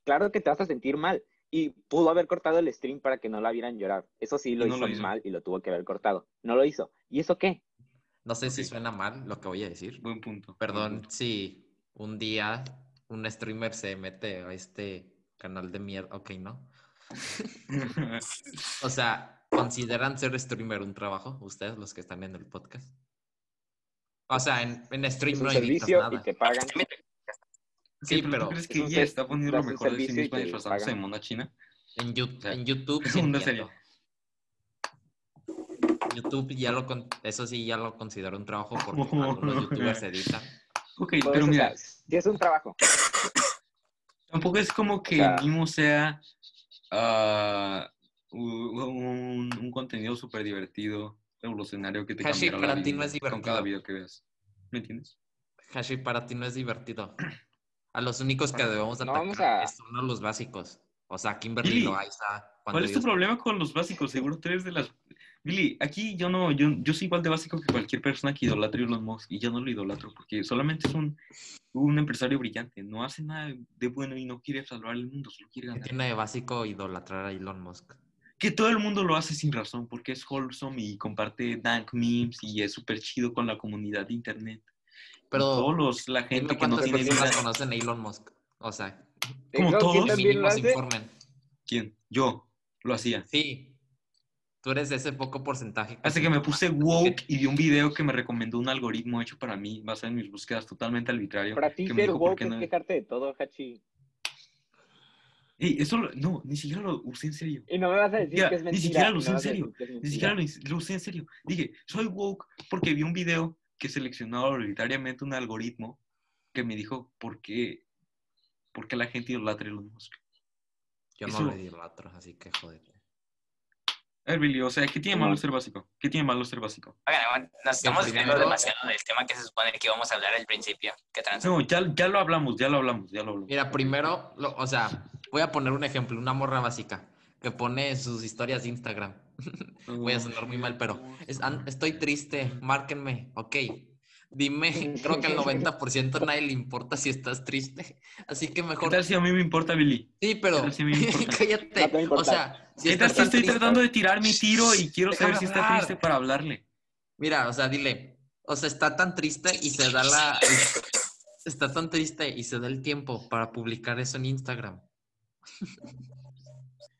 claro que te vas a sentir mal. Y pudo haber cortado el stream para que no la vieran llorar. Eso sí lo, No lo hizo, hizo. mal y lo tuvo que haber cortado. No lo hizo. ¿Y eso qué? No sé si Ok. suena mal lo que voy a decir. Buen punto. Perdón si un día un streamer se mete a este canal de mierda. Ok, no. buen punto. O sea, ¿consideran ser streamer un trabajo? Ustedes, los que están en el podcast. O sea, en, en stream Es un no editas servicio y nada. te pagan. Sí, ¿Tú pero crees es que un ella ser- está poniendo lo das un mejor de sí servicio y misma te disfrazándose de pagan. mona china? en, Yu- sea, en YouTube. es sí una entiendo. serie. YouTube ya lo con- eso sí ya lo considero un trabajo porque algunos youtubers editan. Ok, Pues, pero o mira, sea, sí es un trabajo. tampoco es como que sea- Nimo sea ah, u- un, un contenido súper divertido, revolucionario que te Hashi, cambiará la para ti vida no es con cada divertido. video que veas. ¿Me entiendes? Hashi, para ti no es divertido. A los únicos que debemos No, atacar vamos a- son a los básicos. O sea, Kimberly Billy, Loaiza. Juan ¿Cuál de es tu Dios. problema con los básicos? Seguro tú eres de las... Billy, aquí yo no, yo, yo soy igual de básico que cualquier persona que idolatre a Elon Musk y yo no lo idolatro porque solamente es un, un empresario brillante, no hace nada de bueno y no quiere salvar el mundo, solo quiere ¿Qué ganar. tiene de básico idolatrar a Elon Musk? Que todo el mundo lo hace sin razón porque es wholesome y comparte dank memes y es súper chido con la comunidad de internet. Pero Pero todos los, la gente Dime que no cuántas tiene personas vida. conocen a Elon Musk. O sea, Como Exacto, ¿quién todos, también lo mínimo se hace? informen. ¿Quién? Yo lo hacía. Sí. Tú eres de ese poco porcentaje. Hace se que me informa. puse woke y vi un video que me recomendó un algoritmo hecho para mí, basado en mis búsquedas totalmente arbitrario. Para ti que me ser dijo por woke qué es no- quejarte de todo, Hachi. Ey, eso lo- no, ni siquiera lo usé en serio. Y no me vas a decir Ya, que es ni mentira. siquiera lo no usé en vas a serio, decir que es Ni mentira. siquiera lo, ins- lo usé en serio. Dije, soy woke porque vi un video que seleccionaba arbitrariamente un algoritmo que me dijo por qué, por qué la gente idolatra a Elon Musk. Yo no Eso- lo idolatro, así que jódete. A ver, Billy, o sea, ¿qué tiene No. malo ser básico? ¿Qué tiene malo ser básico? Oigan, oigan, nos estamos primero- viendo demasiado del tema que se supone que íbamos a hablar al principio. ¿Qué tranza? No, ya, ya lo hablamos, ya lo hablamos, ya lo hablamos. Mira, primero, lo- o sea, voy a poner un ejemplo, una morra básica que pone sus historias de Instagram. Voy a sonar muy mal, pero es- an- estoy triste, márquenme, ok. Dime, creo que al 90% a nadie le importa si estás triste, así que ¿Qué mejor... tal si a mí me importa, Billy? Sí, pero tal si me importa? No te va a cállate, o importar. sea, si ¿Qué tal estás si estoy triste- tratando de tirar mi tiro y quiero Déjame saber si está hablar. triste para hablarle? Mira, o sea, dile, o sea, está tan triste y se da la... Está tan triste y se da el tiempo para publicar eso en Instagram.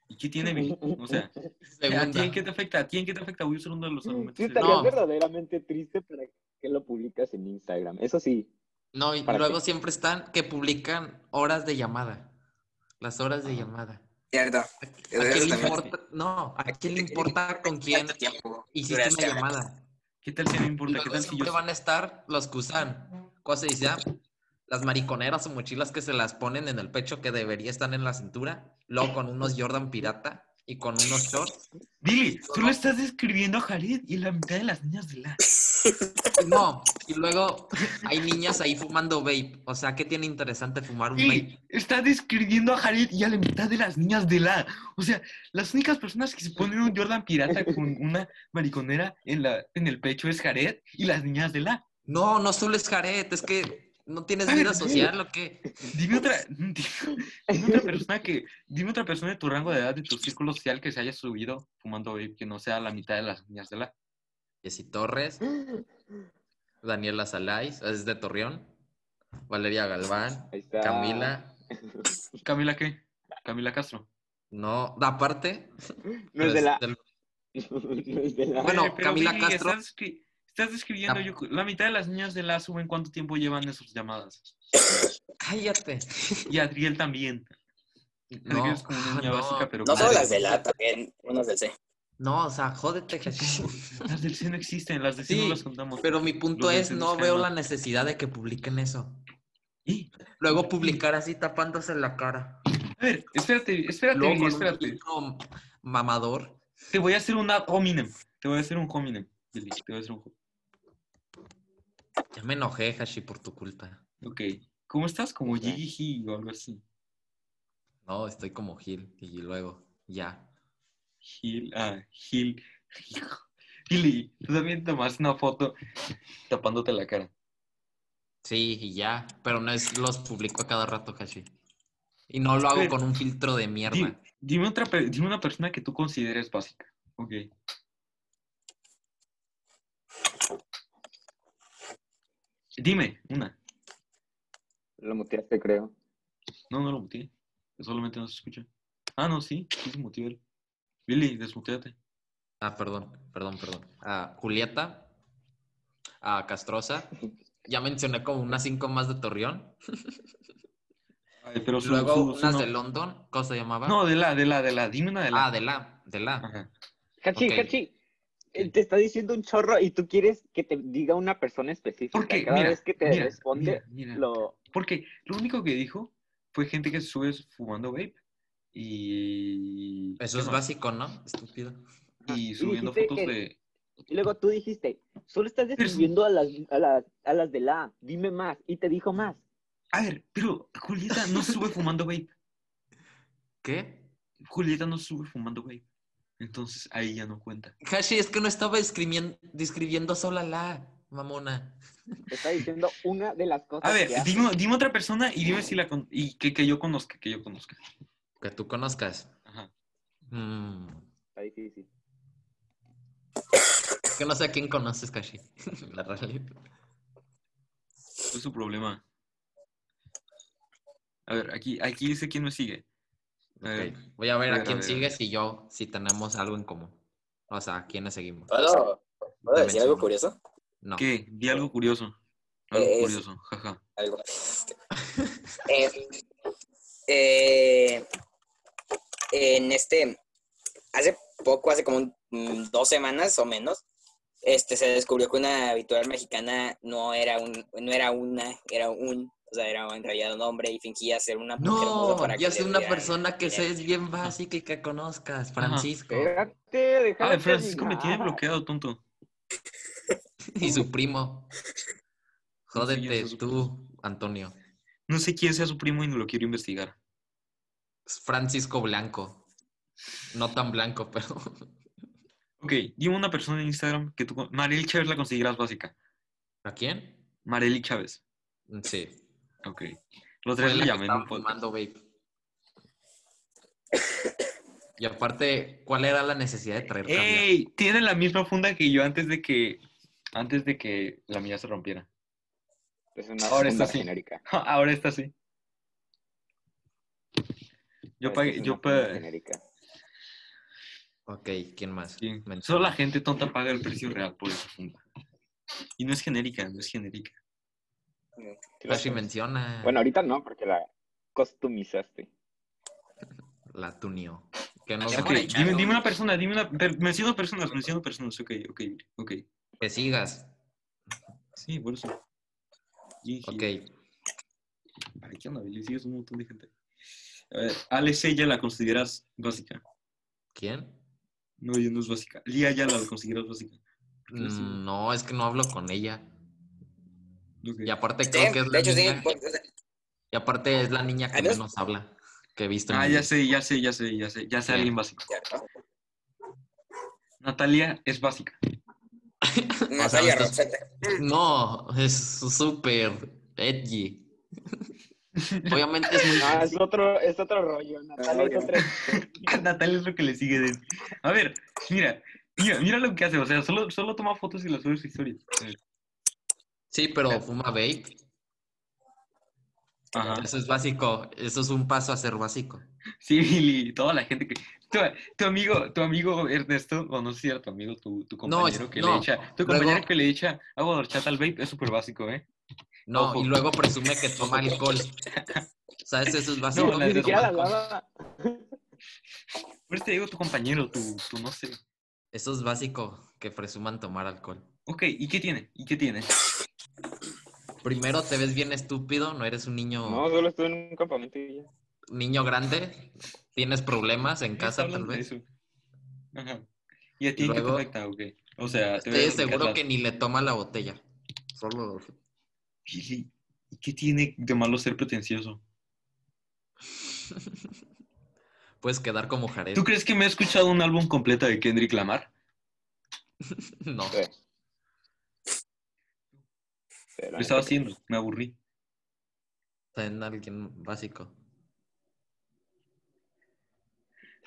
¿Y qué tiene Billy? O sea, ¿a ti Segunda. en qué te afecta? ¿A ti en qué te afecta? Voy a usar uno de los Sí, argumentos. de- estarías No. verdaderamente triste para que lo publicas en Instagram. Eso sí. No, y ¿Para luego qué? siempre están que publican horas de llamada. Las horas Ah. de llamada. Cierto. ¿A Eso quién le también. importa? No, ¿a quién le importa con quién ¿Cuánto tiempo? hiciste duraste una hablando? llamada? ¿Qué tal si no me Y importa? ¿Qué luego tal si siempre yo van a estar los que usan, ¿cómo se dice? Ah, Las mariconeras o mochilas que se las ponen en el pecho que debería estar en la cintura. Luego con unos Jordan pirata y con unos shorts. Billy, tú le estás describiendo a Jared y la mitad de las niñas de la... Y No, y luego hay niñas ahí fumando vape. O sea, ¿qué tiene interesante fumar un vape? Billy, está describiendo a Jared y a la mitad de las niñas de la... O sea, las únicas personas que se ponen un Jordan pirata con una mariconera en, la, en el pecho es Jared y las niñas de la... No, no solo es Jared, es que no tienes Ay, vida sí. social, ¿o qué? Dime otra, dime otra persona que... Dime otra persona de tu rango de edad, de tu círculo social que se haya subido fumando vape que no sea la mitad de las niñas de la... Jessy Torres, Daniela Salais, es de Torreón, Valeria Galván, Ahí está. Camila, ¿Camila qué? ¿Camila Castro? no, aparte, No es pues, de pero la. es del- No es de la. Bueno, Oye, pero Camila Castro. Ah. Estás, descri- estás describiendo, Cam- yo, la mitad de las niñas de la suben cuánto tiempo llevan en sus llamadas. cállate. Y Adriel también. No, Adriel es como una ah, niña no, básica, pero No como- solo las de la, también unas del C. no, o sea, jódete, Jesús. Las del C no existen, las del C no Sí, las contamos. Pero mi punto Los es, dulces no buscan veo más. la necesidad de que publiquen eso. Y, Luego publicar así tapándose la cara. a ver, espérate, espérate, Luego Billy, con un espérate. filtro mamador. Te voy a hacer un ad hominem. Te voy a hacer un hominem. Billy, te voy a hacer un... Ya me enojé, Hashi, por tu culpa. Ok. ¿Cómo estás? Como Ya. Gigi o algo así. No, estoy como Gil. Y luego, ya. Gil, ah, Gil. Billy, tú también tomaste una foto tapándote la cara. Sí, y ya, pero no es, los publico a cada rato, Hashi. Y no lo hago Pero- con un filtro de mierda. Di- dime, otra, pe- dime una persona que tú consideres básica. Ok. Dime, una. Lo muteaste, creo. No, no lo muteé. Solamente no se escucha. Ah, no, sí. Sí se muteó él. Billy, desmuteate. Ah, perdón, perdón, perdón. A Julieta, a Castrosa. Ya mencioné como unas cinco más de Torreón. Ay, pero su- Luego su- su unas no. de London, ¿cómo se llamaba? No, de la, de la, de la. Dime una de la. ah, de la, de la. Ajá. Hachi, Ok. Hachi. eh, Te está diciendo un chorro y tú quieres que te diga una persona específica. Porque, Cada mira, vez que te mira, responde, mira, mira. lo. Porque lo único que dijo fue gente que se sube fumando vape y... Eso ¿qué es más? básico, ¿no? Estúpido. Y subiendo dijiste fotos que- de... Y luego tú dijiste, solo estás describiendo a las, a las, a las de la. A, Dime más. Y te dijo más. A ver, pero Julieta no sube fumando vape. ¿Qué? Julieta no sube fumando vape. Entonces ahí ya no cuenta. Hashi, es que no estaba describiendo, describiendo sola la, mamona. Te está diciendo una de las cosas. A ver, que hace. dime, dime otra persona y dime si la con- y que, que yo conozca, que yo conozca. Que tú conozcas. Ajá. Mm, Está difícil. Es que no sé a quién conoces, Hashi. La realidad. ¿Cuál es su problema? A ver, aquí, aquí dice quién me sigue. A ver, Ok, Voy a ver a a ver, a quién ver, a sigue, ver. si yo, si tenemos algo en común. O sea, ¿a quiénes seguimos? ¿Puedo, ¿puedo Dame decir algo chance. curioso? No. ¿Qué? Di algo curioso. Algo Eh, es- curioso, jaja. Algo. Eh, eh, en este, hace poco, hace como un- mm, dos semanas o menos, este, se descubrió que una habitual mexicana no era, un, no era una, era un, o sea, era en realidad un hombre y fingía ser una mujer muda No, para que ya le sé una dieran persona que dinero. seas bien básica y que conozcas, Francisco. Espérate, déjame Ah, Francisco me tiene terminar. bloqueado, tonto. Y su primo. Sí, Jódete ya sé su tú, Antonio. No sé quién sea su primo y no lo quiero investigar. Francisco Blanco. No tan blanco, pero. Ok, dime una persona en Instagram que tú... con- Marely Chávez la conseguirás básica. ¿A quién? Mm, Marely Chávez. Sí. Ok. Los Fue tres la le que llamé en estaba un podcast. fumando vape. Y aparte, ¿cuál era la necesidad de traer caviar? ¡Ey! Tiene la misma funda que yo antes de que... Antes de que la mía se rompiera. Es una Ahora está funda así. genérica. Ahora está así. Yo Ahora pagué... está, es Yo una funda pa- genérica. Ok, ¿quién más? Sí. Mentira. Solo la gente tonta paga el precio real por esa funda. Y no es genérica, no es genérica. Casi menciona. Bueno, ahorita no, porque la costumizaste. La tunio. Que no Ok, sé Ok, por Ahora, ahí, dime, Chano. dime una persona, dime una... per- menciono personas, menciono personas. Ok, ok, ok. que sigas. Sí, por eso. Gigi, Ok. Ay, qué onda, Billy? Sigues un montón de gente. A ver, Alex ella la consideras básica. ¿Quién? No, ella no es básica. Lía ya la consideras básica. ¿Por qué la sigues? Mm, No, es que no hablo con ella. Ok. Y aparte Sí, creo que es de la hecho, sí, niña. porque, o sea, Y aparte es la niña que Adiós. menos habla que he visto. en Ah, mi ya vida. sé, ya sé, ya sé, ya sé. Ya sé Bien. alguien básico. cierto. Natalia es básica. Natalia estás- Roxette. No, es súper edgy. Obviamente es muy. Ah, es otro, es otro rollo, Natalia. es otra- Natalia es lo que le sigue de... A ver, mira, mira, mira lo que hace. O sea, solo, solo toma fotos y las sube a su historia. A ver. Sí, pero fuma vape. Ajá. Eso es básico. Eso es un paso a ser básico. Sí, Billy, toda la gente que... Tu, tu amigo, tu amigo Ernesto, o no sé si era tu amigo, tu, tu No, es- compañero que no. le echa... Tu Luego- compañero que le echa agua de horchata al vape es súper básico, ¿eh? No, Ojo. y luego presume que toma alcohol. ¿Sabes? Eso es básico. No, Ni la- Toma siquiera la alcohol. lava. Por eso te digo tu compañero, tu, tu no sé. Eso es básico, que presuman tomar alcohol. Ok, ¿y qué tiene? ¿Y qué tiene? Primero te ves bien estúpido, no eres un niño, No, solo estuve en un campamento y ya. niño grande, tienes problemas en casa tal Hablando de vez. eso. Ajá. ¿Y a ti en qué te Luego- afecta? Ok. O sea, te voy a Estoy seguro platicar que ni le toma la botella. Solo Billy, ¿y qué tiene de malo ser pretencioso? puedes quedar como Jared. ¿Tú crees que me he escuchado un álbum completo de Kendrick Lamar? No. Sí. Sí, la Lo neta. estaba haciendo, me aburrí. En alguien básico.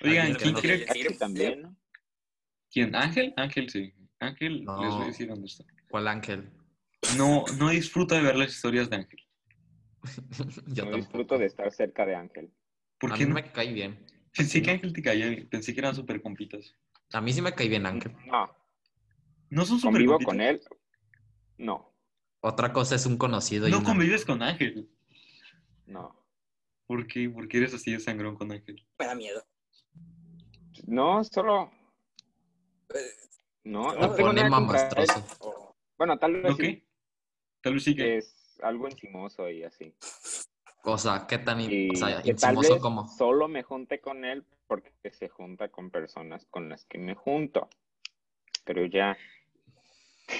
Oigan, Alguien que ¿quién no- quiere? Casi también, ¿no? ¿Quién? ¿Ángel? Ángel, sí. Ángel, No. les voy a decir dónde está. ¿Cuál ángel? No, no disfruto de ver las historias de Ángel. Yo no tampoco. disfruto de estar cerca de Ángel. ¿Por A qué mí no? me cae bien. Pensé que Ángel te caía, bien, pensé que eran súper compitas. A mí sí me cae bien ángel. No, No son súper convivo compitas. con él. No, Otra cosa es un conocido. y No un convives con Ángel. no. ¿Por qué? ¿Por qué eres así de sangrón con Ángel? Me da miedo. No, solo. No, Se no tengo pone nada contra él. mamastroso. Bueno, tal vez ¿No sí, qué? Tal vez sí que que... es algo encimoso y así. O sea, ¿qué tan in- Y o sea, que tal vez insinuoso como? solo me junte con él porque se junta con personas con las que me junto. Pero ya.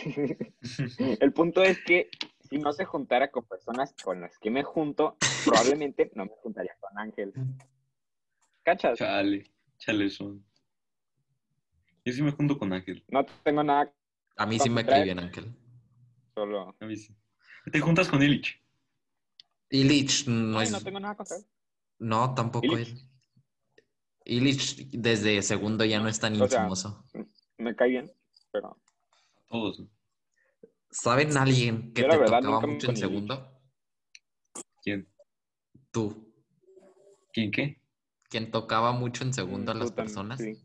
El punto es que si no se juntara con personas con las que me junto, probablemente no me juntaría con Ángel. ¿Cachas? Chale, chale son. Yo sí me junto con Ángel, No tengo nada, A mí sí me cae bien ángel. solo. a mí sí. ¿Te juntas con Illich? Y Lich mm, no Ay, es. no tengo nada contra él. No, tampoco Illich. él. Illich desde segundo ya no es tan O sea, intimoso. Me cae bien, pero. Todos. ¿no? ¿Saben alguien que yo te la verdad tocaba nunca me mucho en con Illich. segundo? ¿Quién? Tú. ¿Quién qué? ¿Quién tocaba mucho en segundo a Mm, Tú las también, personas? sí.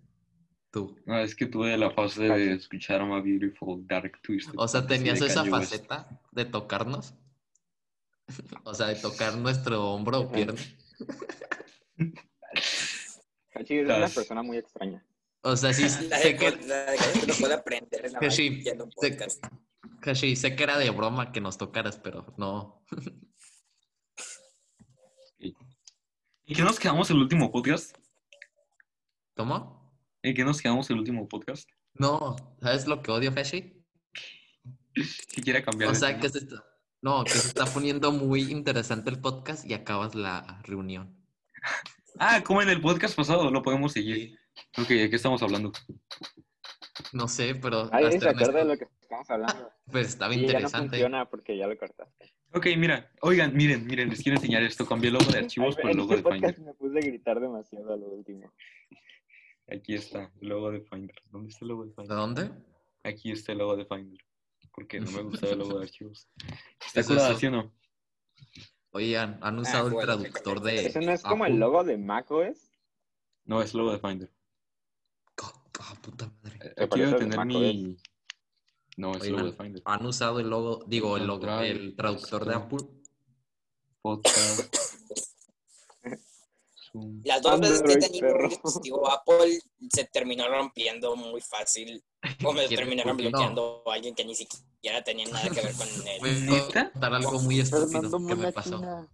Tú. No, es que tuve la fase de Casi. escuchar My Beautiful Dark Twisted. O sea, tenías de esa Kanye West. faceta de tocarnos. O sea, de tocar nuestro hombro o pierna. Hachi es una Estás- persona muy extraña. O sea, sí, sé La de que, pues. que... La de que no puede aprender en la Que sí, mañana, en un sé- podcast. Hashi, sé que era de broma que nos tocaras, pero no. ¿En qué nos quedamos el último podcast? ¿Cómo? ¿En qué nos quedamos el último podcast? No, ¿sabes lo que odio, Hashi? Que quiera cambiar. O de sea, tema. que se está... No, que se está poniendo muy interesante el podcast y acabas la reunión. Ah, como en el podcast pasado, lo podemos seguir. Ok, ¿de qué estamos hablando? No sé, pero Ay, hasta se acuerda de Ernesto, lo que estamos hablando. pues estaba Y ya no interesante. funciona porque ya lo cortaste. Ok, mira, oigan, miren, miren, les quiero enseñar esto. Cambié el logo de archivos por Ay, el en logo de este podcast Finder. me puse a gritar demasiado a lo último. Aquí está, el logo de Finder. ¿Dónde está el logo de ¿De Finder? dónde? Aquí está el logo de Finder. Porque no me gustaba el logo de archivos. ¿Qué ¿Está es curada, eso? sí o no? Oye, han, Ah, han usado el bueno, traductor Eh, de. ¿Eso perfecto. ah, no es como el uh. Apple. logo de macOS? No, es logo de Finder. Co- ah, puta madre. Eh, parece Quiero el de tener macOS. mi. No, es Oye, logo no. de Finder. Han usado el logo, digo, el logo, Drive, el traductor de Zoom. Apple. Podcast. Zoom. Las dos veces que he Android, tenido perro. un dispositivo Apple se terminó rompiendo muy fácil. O me ¿Quién- terminaron por qué no? bloqueando a alguien que ni siquiera tenía nada que ver con él. Eh, Voy a ¿Neta? contar algo muy estúpido Fernando que me pasó. Monachina.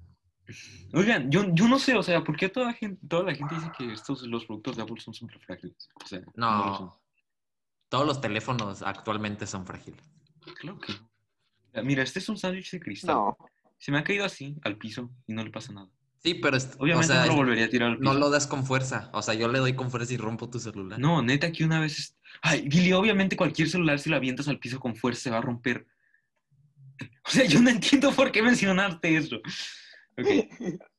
Oigan, yo, yo no sé, o sea, ¿por qué toda, gente, toda la gente dice que estos los productos de Apple son súper frágiles? O sea, lo son. No. Todos los teléfonos actualmente son frágiles. Claro que no. Mira, Mira, este es un sándwich de cristal. No. Se me ha caído así al piso y no le pasa nada. Sí, pero es- o Obviamente sea, no lo es- volvería a tirar al piso. no lo das con fuerza. O sea, yo le doy con fuerza y rompo tu celular. No, neta que una vez... es- Ay, Billy, obviamente cualquier celular si lo avientas al piso con fuerza se va a romper. O sea, yo no entiendo por qué mencionaste eso. Ok.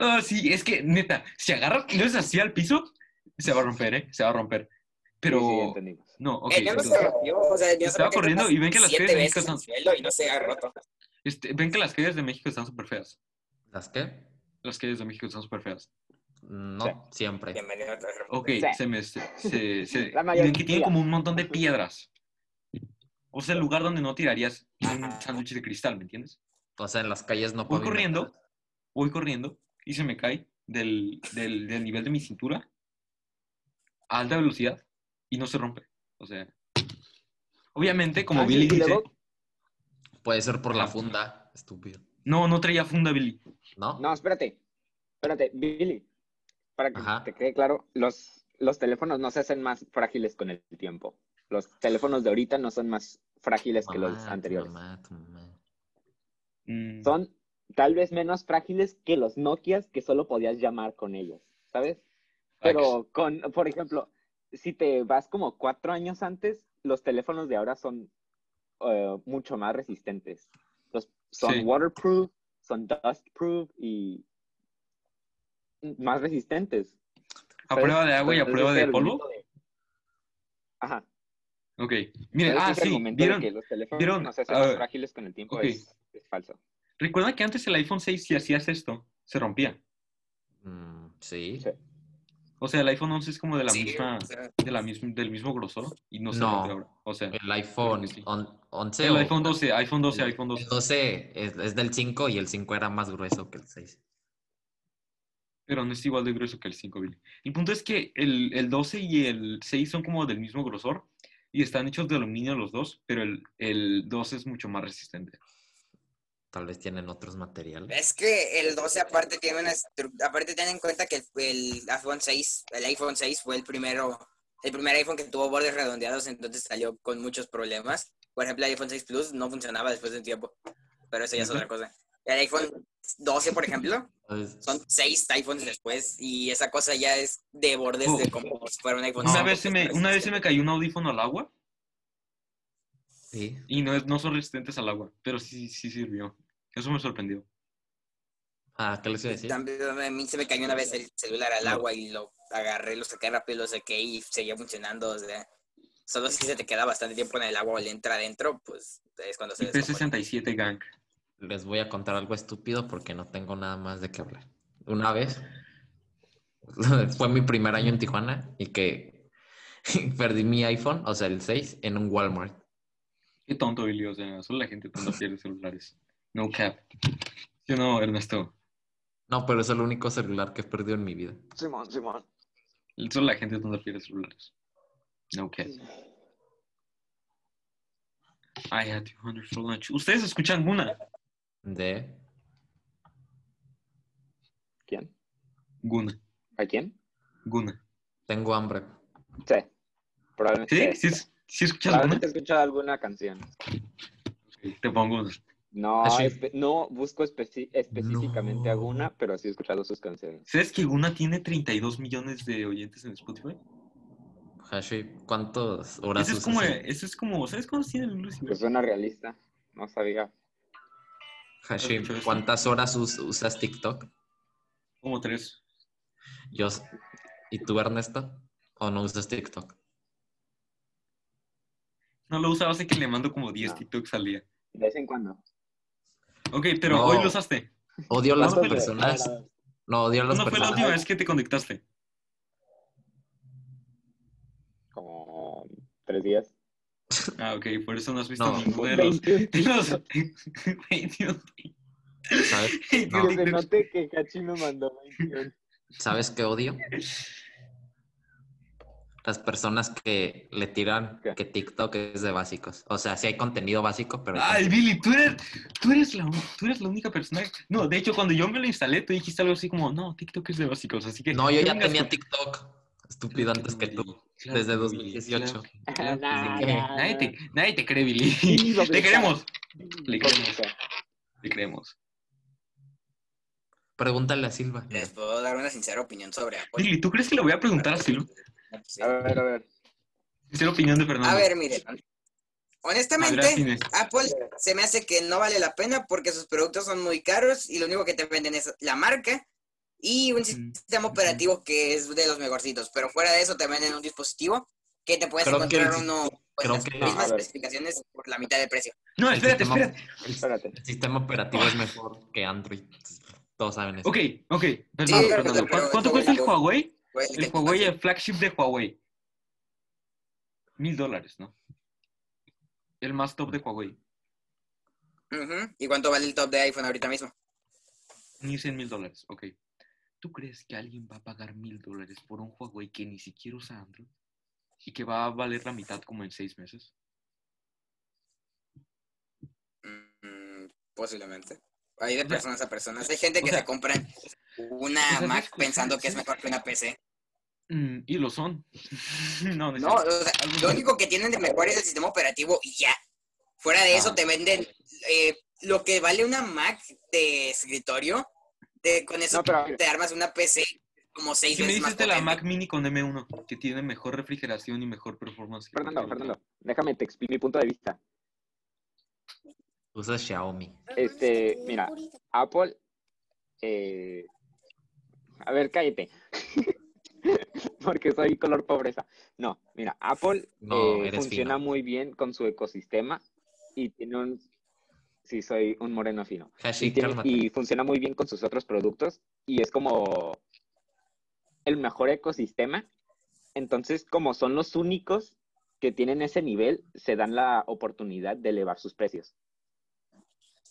Ah, sí, es que, neta, si agarras y lo haces así al piso, se va a romper, ¿eh? Se va a romper. Pero... Sí, sí, ya entendimos. no, ok. El mío no entonces- se rompió, o sea, el mío se Estaba rompió corriendo como y ven que las siete piedras veces están- al suelo y no se ha roto. Este, Ven que las calles de México están súper feas. ¿Las qué? Las calles de México están súper feas. No, siempre. Bienvenido a otra vez. Ok, Sí. se me... Se, se- se- La mayoría. ven que tiene como un montón de piedras. O sea, el lugar donde no tirarías un sándwich de cristal, ¿me entiendes? O sea, en las calles no Voy puedo. corriendo, voy corriendo y se me cae del, del, del nivel de mi cintura a alta velocidad y no se rompe. O sea, obviamente, como Ah, sí, Billy y dice, luego- Puede ser por la Ajá. funda. Estúpido. no, no traía funda, Billy. ¿No? No, espérate. Espérate, Billy. Para que Ajá. te quede claro, los, los teléfonos no se hacen más frágiles con el tiempo. Los teléfonos de ahorita no son más frágiles que los Ah, Mamá, tu anteriores. mamá, tu mamá. Mm, Son tal vez menos frágiles que los Nokias que solo podías llamar con ellos, ¿sabes? Pero con, por ejemplo, si te vas como cuatro años antes, los teléfonos de ahora son eh, mucho más resistentes. Los, son Sí. waterproof, son dustproof y más resistentes. a ¿sabes? prueba de agua y a Entonces, prueba ese de polvo. argumento de- Ajá. Ok, miren, Entonces, ah, ese sí, argumento de vieron, que los teléfonos ¿Vieron? no se hacen A más ver. frágiles con el tiempo Ok. es, es falso. recuerda que antes el iPhone 6 si hacías esto, se rompía. Mm, sí. Sí. O sea, el iPhone 11 es como de la Sí, misma, o sea, de la misma, del mismo grosor y no se No. rompe ahora. O sea, Este El iPhone sí. on- 11. el o- iPhone 12, iPhone 12, iPhone El 12. 12 es, es del 5 y el 5 era más grueso que el 6. Pero no es igual de grueso que el 5, Billy. El punto es que el, el 12 y el 6 son como del mismo grosor y están hechos de aluminio los dos, pero el, el 12 es mucho más resistente. Tal vez tienen otros materiales. Es que el 12 aparte tiene una estructura, aparte ten en cuenta que el iPhone 6, el iPhone 6 fue el primero, el primer iPhone que tuvo bordes redondeados, entonces salió con muchos problemas. Por ejemplo, el iPhone 6 Plus no funcionaba después de un tiempo, pero eso ya es Ujú. otra cosa. El iPhone 12, por ejemplo, Entonces, son seis iPhones después y esa cosa ya es de bordes Oh. de como si fuera un iPhone. Una, cinco, vez se pues, me, no una vez se existe. me cayó un audífono al agua sí. y no, es, no son resistentes al agua, pero sí, sí sirvió. Eso me sorprendió. Ah, ¿qué les iba a decir? También a mí se me cayó una vez el celular al No. agua y lo agarré, lo saqué rápido, lo saqué y seguía funcionando. O sea, solo si se te queda bastante tiempo en el agua o le entra adentro, pues es cuando se descompone. IP67 Gang. Les voy a contar algo estúpido porque no tengo nada más de qué hablar. Una vez, fue mi primer año en Tijuana y que perdí mi iPhone, o sea, el 6, en un Walmart. Qué tonto, Billy. O sea, solo la gente tonta pierde celulares. No cap. Yo no, Ernesto. No, pero es el único celular que he perdido en mi vida. Simón, Simón. Solo la gente donde pierde celulares. No cap. I had you wonderful lunch. ¿Ustedes escuchan Guna? De. ¿Quién? Guna. ¿A quién? Guna. Tengo hambre. Sí. Probablemente. ¿Sí? ¿Sí, es- sí escuchas Guna? Probablemente he escuchado alguna canción. Ok, Te pongo una. No, Así. espe- no busco especi- específicamente No. alguna, pero sí he escuchado sus canciones. ¿Sabes que Guna tiene 32 millones de oyentes en Spotify? Hashi, ¿cuántos horas Eso es como, eso es como, ¿sabes cuántos tiene el Lucy? Pues suena realista. No sabía. Hashi, Mucho eso. ¿cuántas horas us- usas TikTok? Como tres. Yo. ¿Y tú, Ernesto? ¿O no usas TikTok? No lo usaba, sé que le mando como 10 No. TikToks al día. De vez en cuando. Ok, pero No. hoy lo usaste. Odio a las ¿Cuándo fue la- personas. No, odio a las ¿Cuándo fue la personas. última vez que te conectaste? Como tres días. Ah, ok, por eso no has visto No. ninguno de los... De los... 22 ¿Sabes, No. Que se TikToks. note que Hachi me mandó 21. ¿Sabes qué odio? Las personas que le tiran ¿Qué? que TikTok es de básicos. O sea, sí hay contenido básico, pero. hay Ay, Billy, tú eres, tú, eres la, tú eres la única persona... que- No, de hecho, cuando yo me lo instalé, tú dijiste algo así como, no, TikTok es de básicos, así que... No, yo ya vengas tenía con- TikTok. Estúpido antes que tú. Claro desde que no, 2018. Billy, claro que- claro que Nah, sí. nah, nadie, nah. te, nadie te cree, Billy. Sí, lo te pensaba. queremos, Le creemos. Poquito. te creemos. Pregúntale a Silva. Les puedo dar una sincera opinión sobre Apple. Billy, ¿tú crees que le voy a preguntar a Silvio? Sí. A ver, a ver. Sincera opinión de Fernando. A ver, miren. Madre, Honestamente, Cine. Apple se me hace que no vale la pena porque sus productos son muy caros y lo único que te venden es la marca y un Mm. sistema operativo que es de los mejorcitos. Pero fuera de eso te venden un dispositivo que te puedes Creo que encontrar el- uno con creo las que- A mismas ver. especificaciones por la mitad del precio. No, espérate, El sistema- espérate. El, Espérate. el sistema operativo es mejor que Android. Todos saben eso. Ok, ok. Perdón, Sí, pero- Fernando. ¿Cuánto, pero- cuánto pero- cuesta el Huawei? Pues, El te- Huawei, el flagship de Huawei. Mil dólares, ¿no? El más top de Huawei. Ujú. ¿Y cuánto vale el top de iPhone ahorita mismo? Ni cien mil dólares, ok. ¿Tú crees que alguien va a pagar mil dólares por un Huawei que ni siquiera usa Android? Y que va a valer la mitad como en seis meses. Mm, posiblemente. Hay de sea- personas a personas. Hay gente o que sea- se compran una o sea, Mac ¿sabes- pensando que es sabes- mejor que una PC. Mm, y lo son. no, no, es No, eh, cierto. o sea, lo único que tienen de mejor es el sistema operativo y ya. Fuera de eso, Ah. te venden eh, lo que vale una Mac de escritorio. te- con eso No, pero a ver. te armas una PC como seis ¿Qué me dices veces más de la potente. Mac Mini con M1? Que tiene mejor refrigeración y mejor performance. que Fernando, cualquier Fernando, déjame te explico mi punto de vista. Usas Xiaomi. Este, mira. Apple, eh, a ver, cállate, porque soy color pobreza. No, mira, Apple No, eh, eres funciona fino. muy bien con su ecosistema y tiene un, sí, soy un moreno fino, Hashi, y, tiene- cálmate. y funciona muy bien con sus otros productos y es como el mejor ecosistema. Entonces, como son los únicos que tienen ese nivel, se dan la oportunidad de elevar sus precios.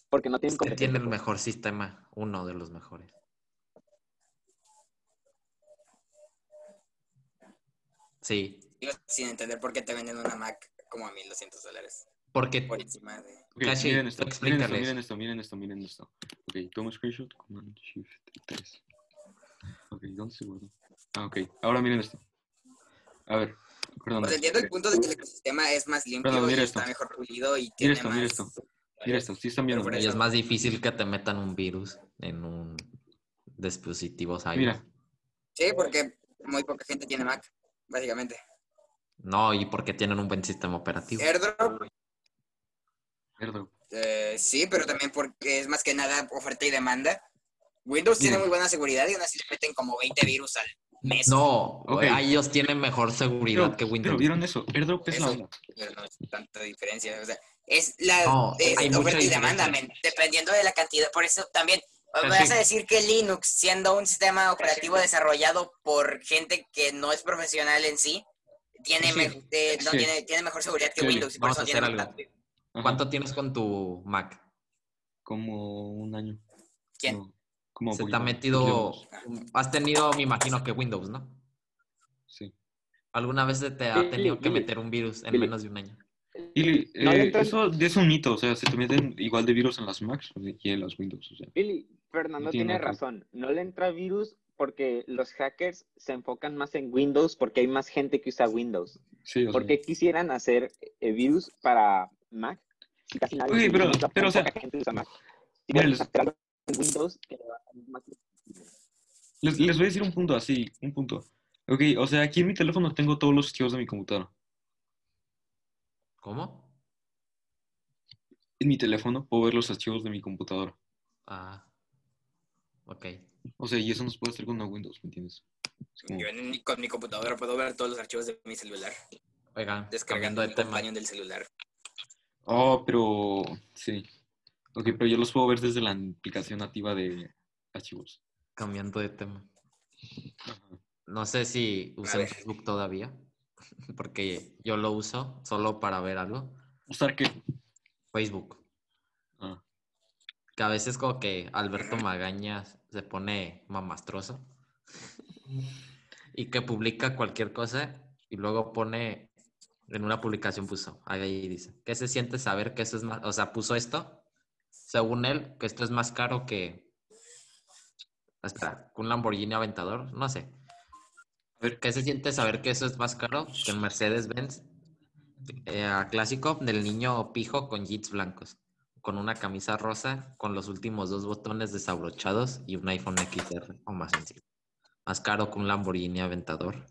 Porque no tienen Usted competencia, Este tiene el pues. mejor sistema, uno de los mejores. Sí, Yo sin entender por qué te venden una Mac como a 1200 dólares. porque Por encima de. Ok, Cashi, miren, esto, miren tú esto, explícales. miren esto, miren esto, miren esto. Ok, toma screenshot, command shift 3. Ok, ¿dónde se guardó? Ah, ok, ahora miren esto. A ver, perdón. Pues entiendo el punto de que el ecosistema es más limpio Perdón, y mira está esto. mejor pulido y Mira tiene esto, más. mira esto. Mira esto, sí están viendo. Pero por y ¿no? eso- es más difícil que te metan un virus en un dispositivo iOS. Mira. Sí, porque muy poca gente tiene Mac, básicamente. No, y porque tienen un buen sistema operativo. AirDrop, Perdón. eh, sí, pero también porque es más que nada oferta y demanda. Windows tiene Mira. muy buena seguridad y aún así le meten como 20 virus al mes. No, Ok. ellos tienen mejor seguridad Pero, que pero Windows. vieron eso, airdrop es la Eso. onda. Pero no es tanta diferencia. O sea, es la No, es hay mucha oferta y demanda, diferencia. men, dependiendo de la cantidad. Por eso también Pero vas sí. a decir que Linux, siendo un sistema operativo desarrollado por gente que no es profesional en sí, tiene, Sí. me- eh, no Sí. tiene, tiene mejor seguridad que Sí, Windows. Y por vamos eso a no tiene hacer tanta- algo. Ajá, ¿Cuánto tienes con tu Mac? Como un año. ¿Quién? No, como Se poquito te ha más, metido. poquito Has tenido, me imagino que Windows, ¿no? Sí. ¿Alguna vez se te ha Sí, tenido que dime. meter un virus en Dime. menos de un año? Y No le eh, entran- eso es un mito, o sea, se te meten igual de virus en las Macs y en las Windows, o sea. Billy, Fernando No tiene tiene otro. razón. No le entra virus porque los hackers se enfocan más en Windows porque hay más gente que usa Windows. Sí, o sea. ¿Por qué quisieran hacer eh, virus para Mac? Si casi nadie Oye, usa pero- Windows, pero, o sea, poca gente usa Mac. Si mira, quieren les- hacer algo en Windows, que le va a salir más- Les, les voy a decir un punto así, un punto. Ok, o sea, aquí en mi teléfono tengo todos los archivos de mi computadora. ¿Cómo? En mi teléfono puedo ver los archivos de mi computadora. Ah. Ok. O sea, y eso nos puede hacer con una Windows, ¿me entiendes? Es como- Yo en mi- con mi computadora puedo ver todos los archivos de mi celular, Oigan, descargando cambiando de el tema. compañero del celular. Oh, pero sí. Ok, pero yo los puedo ver desde la aplicación nativa de archivos. Cambiando de tema. Ajá. No sé si usan ver. Facebook todavía, porque yo lo uso solo para ver algo. ¿Usar qué? Facebook. Ah, Que a veces como que Alberto Ajá. Magaña se pone mamastroso y que publica cualquier cosa y luego pone en una publicación puso, ahí dice, ¿qué se siente saber que eso es más, o sea, puso esto, según él, que esto es más caro que, hasta un Lamborghini Aventador, no sé. A ver. ¿Qué se siente saber que eso es más caro que el Mercedes-Benz eh, clásico del niño pijo con jeans blancos? con una camisa rosa, con los últimos dos botones desabrochados y un iPhone XR o más sencillo. Más caro que un Lamborghini Aventador,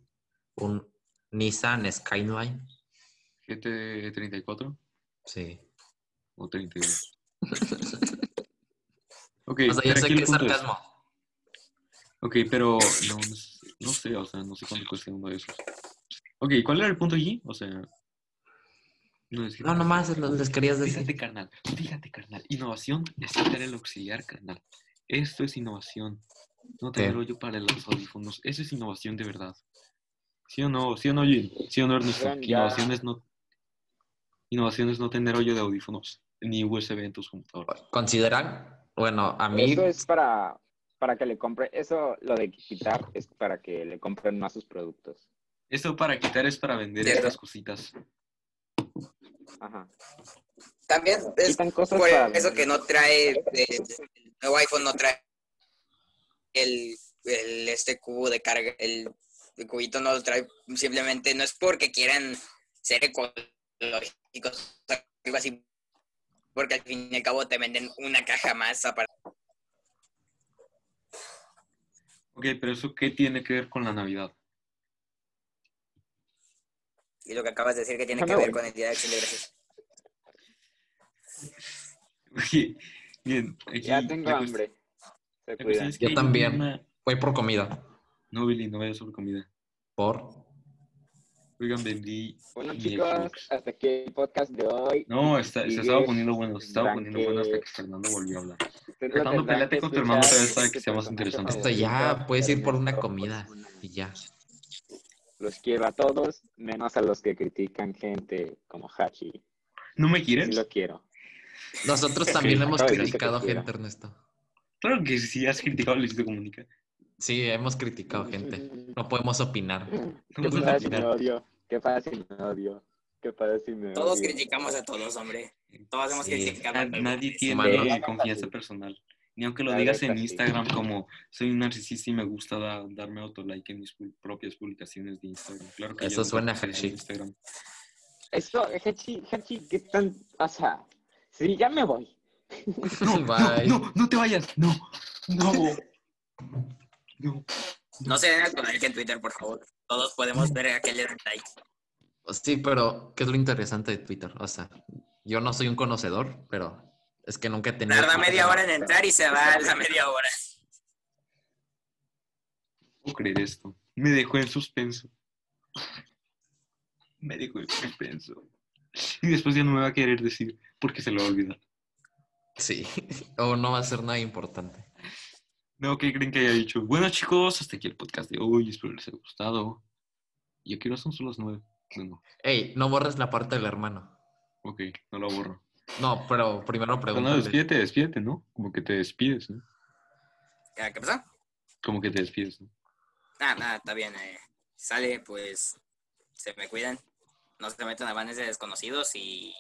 un Nissan Skyline. GT34 Sí. o 32. Ok, O sea, yo pero sé aquí que el es punto es- sarcasmo. Ok, pero no, no sé- no sé, o sea, no sé cuánto cuesta uno de esos. Ok, ¿cuál era el punto allí? O sea, no es que- No, nomás lo- les querías Fíjate, decir. carnal, fíjate, carnal. Innovación es tener el auxiliar, carnal. Esto es innovación. No tener ¿Qué? hoyo para los audífonos. Eso es innovación de verdad. ¿Sí o no? ¿Sí o no, Jim? ¿Sí o no, Ernesto? Oigan, Que ya. Innovación es no... Innovación es no tener hoyo de audífonos ni USB en tus computadoras. ¿Consideran? Bueno, a mí... Eso es para, para que le compre, eso lo de quitar es para que le compren más sus productos. Esto para quitar es para vender Cierto. estas cositas. Ajá. También es Quitan cosas por para eso que no trae, eh, el nuevo iPhone no trae el, el- este cubo de carga, el, el cubito no lo trae, simplemente no es porque quieran ser ecológicos, algo así, porque al fin y al cabo te venden una caja más aparte. Ok, pero ¿eso qué tiene que ver con la Navidad? Y lo que acabas de decir que tiene Ya que me ver voy. con el Día de Acción de Gracias. Ok, Bien, aquí Ya tengo la cuest- hambre. Se la cuestión cuidan. es que Yo hay también. una- Voy por comida. No, Billy, no vayas sobre comida. Por... Oigan, vendí Bueno, mi chicos, Xbox. hasta aquí el podcast de hoy. No, está- se Sigue, estaba poniendo bueno, se estaba poniendo bueno hasta que Branque. Fernando volvió a hablar. Ustedes lo Fernando, tendrán peleate que con tu hermano escuchar. otra vez para que sea más Su interesante. Esto personaje ya, favorito, puedes ir por una Ernesto comida Osuna. y ya. Los quiero a todos, menos a los que critican gente como Hachi. ¿No me Sí quieres? lo quiero. Nosotros también hemos Acabo de decir que te criticado quiero. gente, Ernesto. Claro que sí, has criticado a Luisito Comunica. Sí, hemos criticado gente. No podemos opinar. No Qué puedo fácil me opinar. odio. Qué fácil me odio. Qué fácil me odio. Todos criticamos a todos, hombre. Todos hemos Sí. criticado a Na- todos. Nadie Humano. tiene confianza personal. Ni aunque lo La digas neta, en sí. Instagram como soy un narcisista y me gusta da- darme autolike en mis pu- propias publicaciones de Instagram. Claro que Eso yo no suena tengo fishy. Instagram. Eso, Hachi, Hachi, qué tan. O sea, sí, ya me voy. No, no, Bye. no, no te vayas. No, no. No. No se den a tu like en Twitter, por favor. Todos podemos ver a qué le dan like. Pues Sí, pero ¿qué es lo interesante de Twitter? O sea, yo no soy un conocedor, pero es que nunca he tenido... Tarda media hora en entrar y se va a la media hora. puedo creer esto. Me dejó en suspenso. Me dejó en suspenso. Y después ya no me va a querer decir porque se lo va a olvidar. Sí, o no va a ser nada importante. No, ¿qué creen que haya dicho? Bueno, chicos, hasta aquí el podcast de hoy. Espero les haya gustado. ¿Y aquí no son solo las nueve? No, no. Ey, no borres la parte del hermano. Ok, no lo borro. No, pero primero Pero no, pregúntale. despídete, despídete, ¿no? Como que te despides, ¿no? Ah, ¿Qué pasó? Como que te despides, ¿no? Ah, nada, está bien. eh. sale, pues se me cuidan. No se metan a vanes de desconocidos y